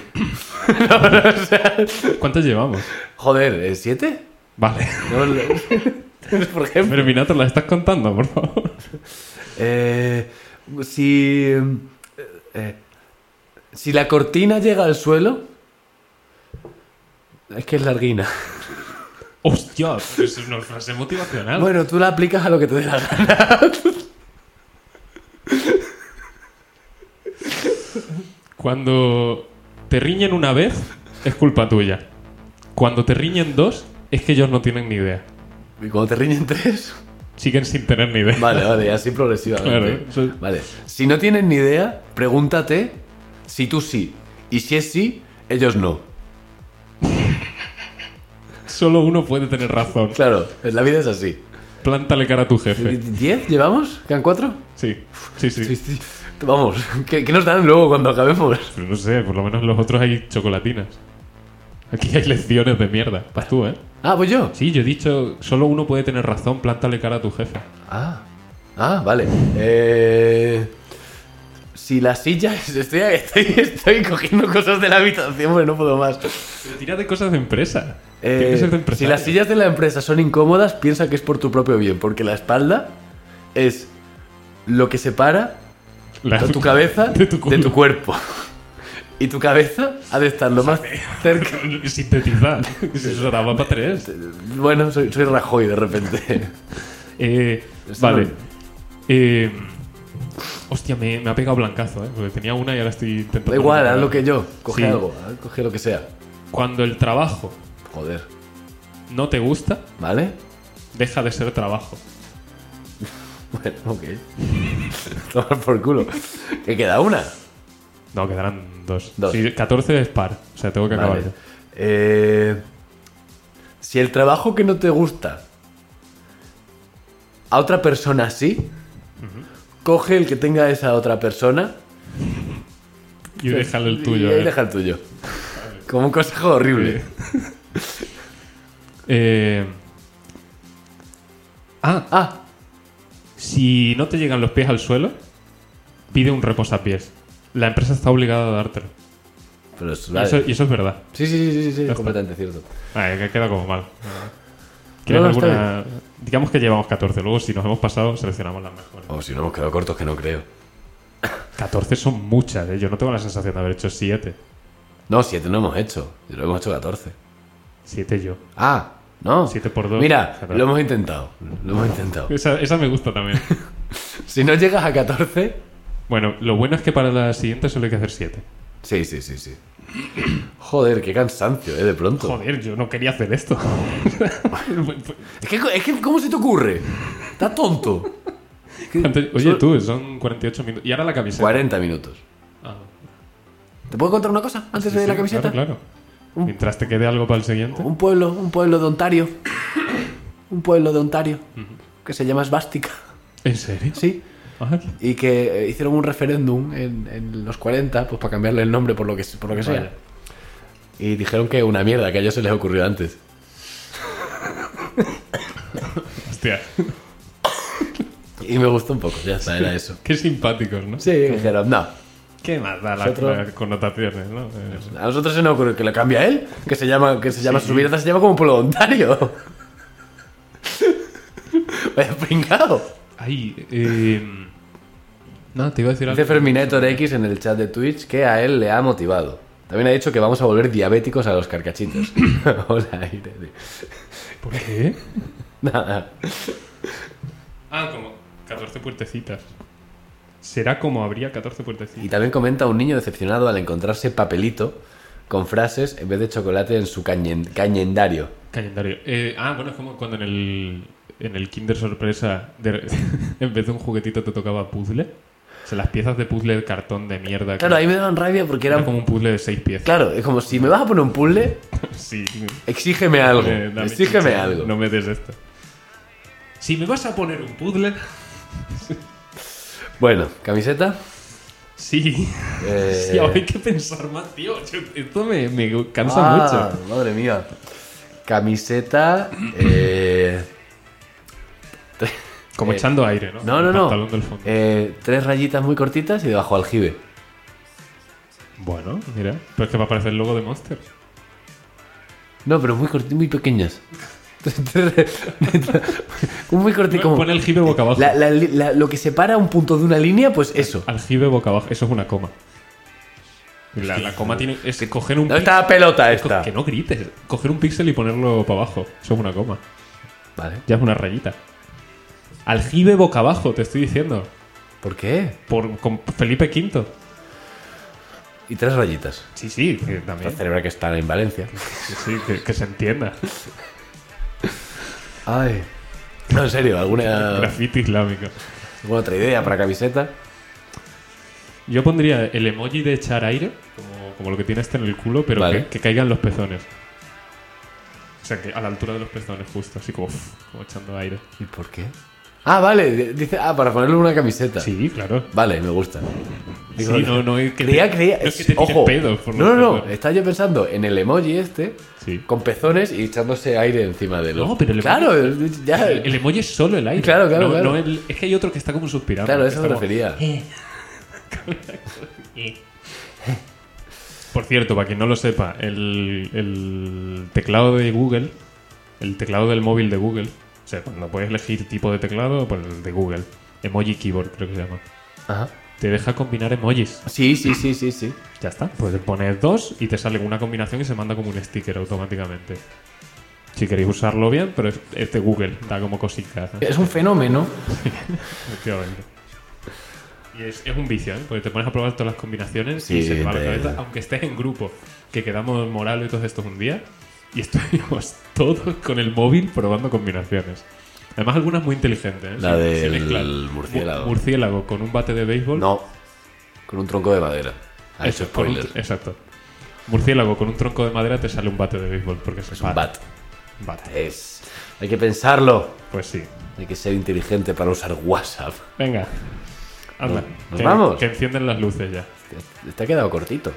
[SPEAKER 3] ¿Cuántas llevamos?
[SPEAKER 1] joder, ¿eh, ¿siete?
[SPEAKER 3] Vale. [laughs]
[SPEAKER 1] No, [laughs] le- por ejemplo.
[SPEAKER 3] Pero Minato, ¿las estás contando, por favor?
[SPEAKER 1] Eh, si. eh, si la cortina llega al suelo. Es que es larguina.
[SPEAKER 3] ¡Hostia! pero Es una frase motivacional.
[SPEAKER 1] Bueno, tú la aplicas a lo que te dé la gana.
[SPEAKER 3] Cuando te riñen una vez, es culpa tuya. Cuando te riñen dos, es que ellos no tienen ni idea.
[SPEAKER 1] Y cuando te riñen tres.
[SPEAKER 3] Siguen sin tener ni idea.
[SPEAKER 1] Vale, vale, así progresivamente.
[SPEAKER 3] Claro, eso-
[SPEAKER 1] Vale. Si no tienes ni idea, pregúntate si tú sí. Y si es sí, ellos no.
[SPEAKER 3] Solo uno puede tener razón.
[SPEAKER 1] Claro, la vida es así.
[SPEAKER 3] Plántale cara a tu jefe.
[SPEAKER 1] ¿Diez llevamos? ¿Quedan cuatro?
[SPEAKER 3] Sí, sí, sí.
[SPEAKER 1] Sí, sí. Vamos, ¿qué, qué nos dan luego cuando acabemos?
[SPEAKER 3] Pero no sé, por lo menos los otros hay chocolatinas. Aquí hay lecciones de mierda. Vas tú, ¿eh?
[SPEAKER 1] Ah, pues yo.
[SPEAKER 3] Sí, yo he dicho, solo uno puede tener razón, plántale cara a tu jefe.
[SPEAKER 1] Ah, ah, vale. Eh, si la silla. Estoy, estoy, estoy cogiendo cosas de la habitación, porque no puedo más.
[SPEAKER 3] Pero tira de cosas de empresa.
[SPEAKER 1] Eh,
[SPEAKER 3] Tiene que ser de
[SPEAKER 1] si
[SPEAKER 3] empresario.
[SPEAKER 1] las sillas de la empresa son incómodas, piensa que es por tu propio bien, porque la espalda es lo que separa
[SPEAKER 3] [laughs] La- [laughs]
[SPEAKER 1] tu cabeza
[SPEAKER 3] de tu culo. [laughs]
[SPEAKER 1] cuerpo. Y tu cabeza ha de estar lo más cerca.
[SPEAKER 3] Sintetizar. [laughs] Se eso daba para tres.
[SPEAKER 1] Este Bueno, soy, soy Rajoy de
[SPEAKER 3] [laughs]
[SPEAKER 1] repente.
[SPEAKER 3] Eh,
[SPEAKER 1] Eso
[SPEAKER 3] vale.
[SPEAKER 1] este no-
[SPEAKER 3] Eh, hostia, me, me ha pegado blancazo, ¿eh? Porque tenía una y ahora estoy intentando...
[SPEAKER 1] Da igual, haz
[SPEAKER 3] recuperar.
[SPEAKER 1] lo que yo. Coge
[SPEAKER 3] Sí.
[SPEAKER 1] algo, ¿eh? coge lo que sea.
[SPEAKER 3] Cuando el trabajo
[SPEAKER 1] Joder,
[SPEAKER 3] no te gusta,
[SPEAKER 1] ¿vale? [laughs]
[SPEAKER 3] deja de ser trabajo.
[SPEAKER 1] Bueno, ok. [laughs] Tomar por culo. Que queda una.
[SPEAKER 3] No, quedarán dos.
[SPEAKER 1] Dos.
[SPEAKER 3] Sí, 14 es par. O sea, tengo que acabar.
[SPEAKER 1] Vale.
[SPEAKER 3] ya.
[SPEAKER 1] Eh, si el trabajo que no te gusta a otra persona sí, coge el que tenga esa otra persona
[SPEAKER 3] Y déjale el
[SPEAKER 1] y
[SPEAKER 3] tuyo.
[SPEAKER 1] ahí
[SPEAKER 3] ¿eh?
[SPEAKER 1] deja el tuyo. Como un consejo horrible.
[SPEAKER 3] Eh, Ah,
[SPEAKER 1] Ah,
[SPEAKER 3] si no te llegan los pies al suelo, pide un reposapiés. La empresa está obligada a dártelo.
[SPEAKER 1] pero es,
[SPEAKER 3] Y
[SPEAKER 1] vale.
[SPEAKER 3] eso- Y, eso, es verdad.
[SPEAKER 1] Sí, sí, sí, sí, sí,
[SPEAKER 3] está.
[SPEAKER 1] completamente cierto.
[SPEAKER 3] Ah, que queda como mal. ¿Quieres
[SPEAKER 1] no,
[SPEAKER 3] alguna- Digamos que llevamos 14. Luego, si nos hemos pasado, seleccionamos las mejores.
[SPEAKER 1] O si no hemos quedado cortos, que no creo.
[SPEAKER 3] 14 son muchas, ¿eh? Yo no tengo la sensación de haber hecho 7.
[SPEAKER 1] No, siete no hemos hecho. Lo hemos hecho 14.
[SPEAKER 3] 7 yo.
[SPEAKER 1] Ah, no.
[SPEAKER 3] Siete por dos.
[SPEAKER 1] Mira,
[SPEAKER 3] Claro.
[SPEAKER 1] lo hemos intentado. Lo hemos intentado.
[SPEAKER 3] Esa, esa me
[SPEAKER 1] [laughs]
[SPEAKER 3] gusta también.
[SPEAKER 1] Si no llegas a 14,
[SPEAKER 3] bueno, lo bueno es que para la siguiente solo hay que hacer 7.
[SPEAKER 1] Sí, sí, sí, sí. Joder, qué cansancio, ¿eh? De pronto.
[SPEAKER 3] Joder, yo no quería
[SPEAKER 1] [laughs]
[SPEAKER 3] hacer esto. [laughs] [laughs]
[SPEAKER 1] Es que, es que, ¿cómo se te ocurre? Está tonto.
[SPEAKER 3] ¿Cuánto- Oye,
[SPEAKER 1] Solo-
[SPEAKER 3] tú, son 48 minutos. Y ahora la camiseta.
[SPEAKER 1] 40 minutos.
[SPEAKER 3] Ah,
[SPEAKER 1] ¿Te puedo contar una cosa antes de
[SPEAKER 3] sí,
[SPEAKER 1] la
[SPEAKER 3] sí,
[SPEAKER 1] camiseta?
[SPEAKER 3] Claro, claro. Mientras te quede algo para el siguiente.
[SPEAKER 1] Un pueblo, un pueblo de
[SPEAKER 3] [coughs]
[SPEAKER 1] Ontario. Un pueblo de Ontario. Que se llama Svástica.
[SPEAKER 3] ¿En serio?
[SPEAKER 1] Sí.
[SPEAKER 3] Ah,
[SPEAKER 1] Y que eh, hicieron un referéndum en, en los 40, pues para cambiarle el nombre por lo que, por lo que sea.
[SPEAKER 3] Vaya.
[SPEAKER 1] Y dijeron que una mierda, que a ellos se les ocurrió antes.
[SPEAKER 3] Hostia, [laughs]
[SPEAKER 1] Y me gustó un poco, ya está, era eso.
[SPEAKER 3] qué simpáticos, ¿no?
[SPEAKER 1] Sí, dijeron, no.
[SPEAKER 3] ¿Qué más da las
[SPEAKER 1] Nosotros-
[SPEAKER 3] las connotaciones, no? Eh,
[SPEAKER 1] A nosotros se nos ocurrió que lo cambia él, que se llama, que se llama su mierda, se llama como pueblo de
[SPEAKER 3] [laughs]
[SPEAKER 1] Ontario. Vaya pringado.
[SPEAKER 3] Ay, eh, No, te iba a decir algo.
[SPEAKER 1] Dice Ferminator X en el chat de Twitch que a él le ha motivado. También ha dicho que vamos a volver diabéticos a los
[SPEAKER 3] [coughs]
[SPEAKER 1] carcachitos. [laughs] Hola, Irene.
[SPEAKER 3] ¿Por qué?
[SPEAKER 1] Nada.
[SPEAKER 3] Ah, como 14 puertecitas. ¿Será como habría 14
[SPEAKER 1] Y
[SPEAKER 3] puertecitas?
[SPEAKER 1] también comenta un niño decepcionado al encontrarse papelito con frases en vez de chocolate en su cañen- cañendario.
[SPEAKER 3] Calendario. Eh, ah, bueno, es como cuando en el, en el Kinder Sorpresa, de- [laughs] en vez de un juguetito te tocaba puzzle. O sea, las piezas de puzzle de cartón de mierda. que
[SPEAKER 1] Claro, ahí me daban rabia porque
[SPEAKER 3] era
[SPEAKER 1] era...
[SPEAKER 3] como un puzzle de 6 piezas.
[SPEAKER 1] Claro, es como si me vas a poner un puzzle,
[SPEAKER 3] [laughs] Sí.
[SPEAKER 1] exígeme algo.
[SPEAKER 3] Eh, dame
[SPEAKER 1] Exígeme
[SPEAKER 3] chicha,
[SPEAKER 1] algo.
[SPEAKER 3] No me des esto. Si me vas a poner un puzzle, [laughs]
[SPEAKER 1] Bueno, camiseta.
[SPEAKER 3] sí.
[SPEAKER 1] Eh,
[SPEAKER 3] Sí, ahora hay que pensar más, tío. Yo- esto me, me cansa
[SPEAKER 1] ah,
[SPEAKER 3] mucho.
[SPEAKER 1] Madre mía. Camiseta. eh,
[SPEAKER 3] [coughs] Como
[SPEAKER 1] eh,
[SPEAKER 3] echando aire, ¿no?
[SPEAKER 1] No, no,
[SPEAKER 3] El
[SPEAKER 1] no.
[SPEAKER 3] pantalón del fondo.
[SPEAKER 1] Eh, tres rayitas muy cortitas y debajo aljibe. Eh.
[SPEAKER 3] Bueno, mira. Pero es que va a aparecer el logo de Monster.
[SPEAKER 1] No, pero muy corti- muy pequeñas. [laughs] muy corti- como-
[SPEAKER 3] Pone el jibe boca abajo.
[SPEAKER 1] la- la li- la- lo que separa un punto de una línea, pues eso.
[SPEAKER 3] Aljibe boca abajo, eso es una coma. La, la coma tiene. Es coger un
[SPEAKER 1] ¿Dónde está la pelota
[SPEAKER 3] pí- co-
[SPEAKER 1] esta?
[SPEAKER 3] Que no grites. Coger un píxel y ponerlo para abajo. Eso es una coma.
[SPEAKER 1] Vale.
[SPEAKER 3] Ya es una rayita. Aljibe boca abajo, te estoy diciendo.
[SPEAKER 1] ¿Por qué?
[SPEAKER 3] Por, con Felipe V.
[SPEAKER 1] Y tres rayitas.
[SPEAKER 3] Sí, sí, que también.
[SPEAKER 1] Para celebrar que están en Valencia.
[SPEAKER 3] Sí, sí, que, que se entienda.
[SPEAKER 1] Ay. No, en serio,
[SPEAKER 3] Ah.
[SPEAKER 1] ¿alguna,
[SPEAKER 3] Graffiti islámico.
[SPEAKER 1] alguna otra idea para camiseta?
[SPEAKER 3] Yo pondría el emoji de echar aire, como, como lo que tiene este en el culo, pero
[SPEAKER 1] Vale.
[SPEAKER 3] que, que caigan los pezones. O sea, que a la altura de los pezones, justo, así como, uf, como echando aire.
[SPEAKER 1] ¿Y por qué? Ah, vale, de- dice, ah, para ponerle una camiseta.
[SPEAKER 3] Sí, claro.
[SPEAKER 1] Vale, me gusta. Digo,
[SPEAKER 3] sí, no, no es que
[SPEAKER 1] creía,
[SPEAKER 3] te,
[SPEAKER 1] creía.
[SPEAKER 3] no es que te tires
[SPEAKER 1] ojo.
[SPEAKER 3] pedos por
[SPEAKER 1] no, no,
[SPEAKER 3] los
[SPEAKER 1] no.
[SPEAKER 3] pezones.
[SPEAKER 1] Estaba yo pensando en el emoji este, [laughs]
[SPEAKER 3] Sí.
[SPEAKER 1] con pezones y echándose aire encima de los.
[SPEAKER 3] No, pero el
[SPEAKER 1] claro, ya.
[SPEAKER 3] El, el emoji es solo el aire.
[SPEAKER 1] Claro, claro,
[SPEAKER 3] No-
[SPEAKER 1] claro.
[SPEAKER 3] no el- es que hay otro que está como suspirando.
[SPEAKER 1] claro,
[SPEAKER 3] que
[SPEAKER 1] eso me
[SPEAKER 3] está como- eh,
[SPEAKER 1] refería.
[SPEAKER 3] Por cierto, para quien no lo sepa, el, el teclado de Google, el teclado del móvil de Google, o sea, cuando puedes elegir tipo de teclado, pues el de Google, Emoji Keyboard creo que se llama,
[SPEAKER 1] Ajá.
[SPEAKER 3] te deja combinar emojis.
[SPEAKER 1] Sí, sí, sí, sí, sí.
[SPEAKER 3] Ya está, pues le pones dos y te sale una combinación y se manda como un sticker automáticamente. Si queréis usarlo bien, pero es, es de Google, da como cositas. ¿eh?
[SPEAKER 1] Es un fenómeno.
[SPEAKER 3] Efectivamente. Y es, es un vicio, ¿eh? Porque te pones a probar todas las combinaciones y
[SPEAKER 1] Sí,
[SPEAKER 3] se te va la
[SPEAKER 1] te-
[SPEAKER 3] cabeza, aunque estés en grupo, que quedamos moral y todos estos un día, y estuvimos [laughs] todos con el móvil probando combinaciones. Además, algunas muy inteligentes, ¿eh?
[SPEAKER 1] La
[SPEAKER 3] Se- se
[SPEAKER 1] del
[SPEAKER 3] mezclan
[SPEAKER 1] murciélago.
[SPEAKER 3] mu- Murciélago con un bate de béisbol.
[SPEAKER 1] No. Con un tronco de madera. Ha hecho
[SPEAKER 3] Eso, con un
[SPEAKER 1] spoiler.
[SPEAKER 3] tr- exacto. Murciélago con un tronco de madera te sale un bate de béisbol, porque es,
[SPEAKER 1] Es un bat.
[SPEAKER 3] bate.
[SPEAKER 1] Es. Hay que pensarlo.
[SPEAKER 3] Pues sí.
[SPEAKER 1] Hay que ser inteligente para usar WhatsApp.
[SPEAKER 3] Venga. Anda.
[SPEAKER 1] ¿Nos
[SPEAKER 3] que-
[SPEAKER 1] vamos?
[SPEAKER 3] Que encienden las luces ya.
[SPEAKER 1] Te- Te ha quedado cortito.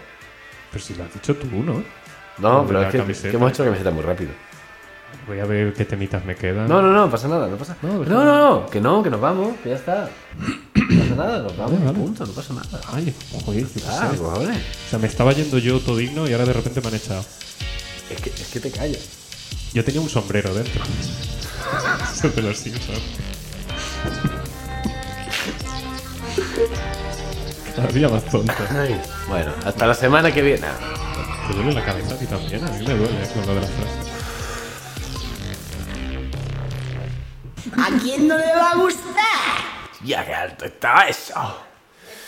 [SPEAKER 3] Pero si lo has dicho tú, ¿no?
[SPEAKER 1] No,
[SPEAKER 3] De
[SPEAKER 1] pero
[SPEAKER 3] la
[SPEAKER 1] es que,
[SPEAKER 3] camiseta. Ah.
[SPEAKER 1] que hemos hecho la camiseta muy rápido.
[SPEAKER 3] Voy a ver qué temitas me quedan.
[SPEAKER 1] No, no, no, pasa nada, no pasa No,
[SPEAKER 3] No,
[SPEAKER 1] no, no, que no, que nos vamos, que ya está. No pasa nada, nos vamos,
[SPEAKER 3] Vale, vale.
[SPEAKER 1] punto, no pasa nada.
[SPEAKER 3] Ay, joder, qué
[SPEAKER 1] Ah,
[SPEAKER 3] pesado.
[SPEAKER 1] cojones.
[SPEAKER 3] O sea, me estaba yendo yo todo digno y ahora de repente me han echado.
[SPEAKER 1] Es que, es que te callas.
[SPEAKER 3] Yo tenía un sombrero dentro. [laughs] Eso de los Simpsons. Cada día más tonto.
[SPEAKER 1] Ay, Bueno, hasta la semana que viene.
[SPEAKER 3] Te duele la cabeza a ti también, a mí me duele con lo de las frases.
[SPEAKER 4] ¿A quién no le va a gustar?
[SPEAKER 1] Ya que alto estaba eso.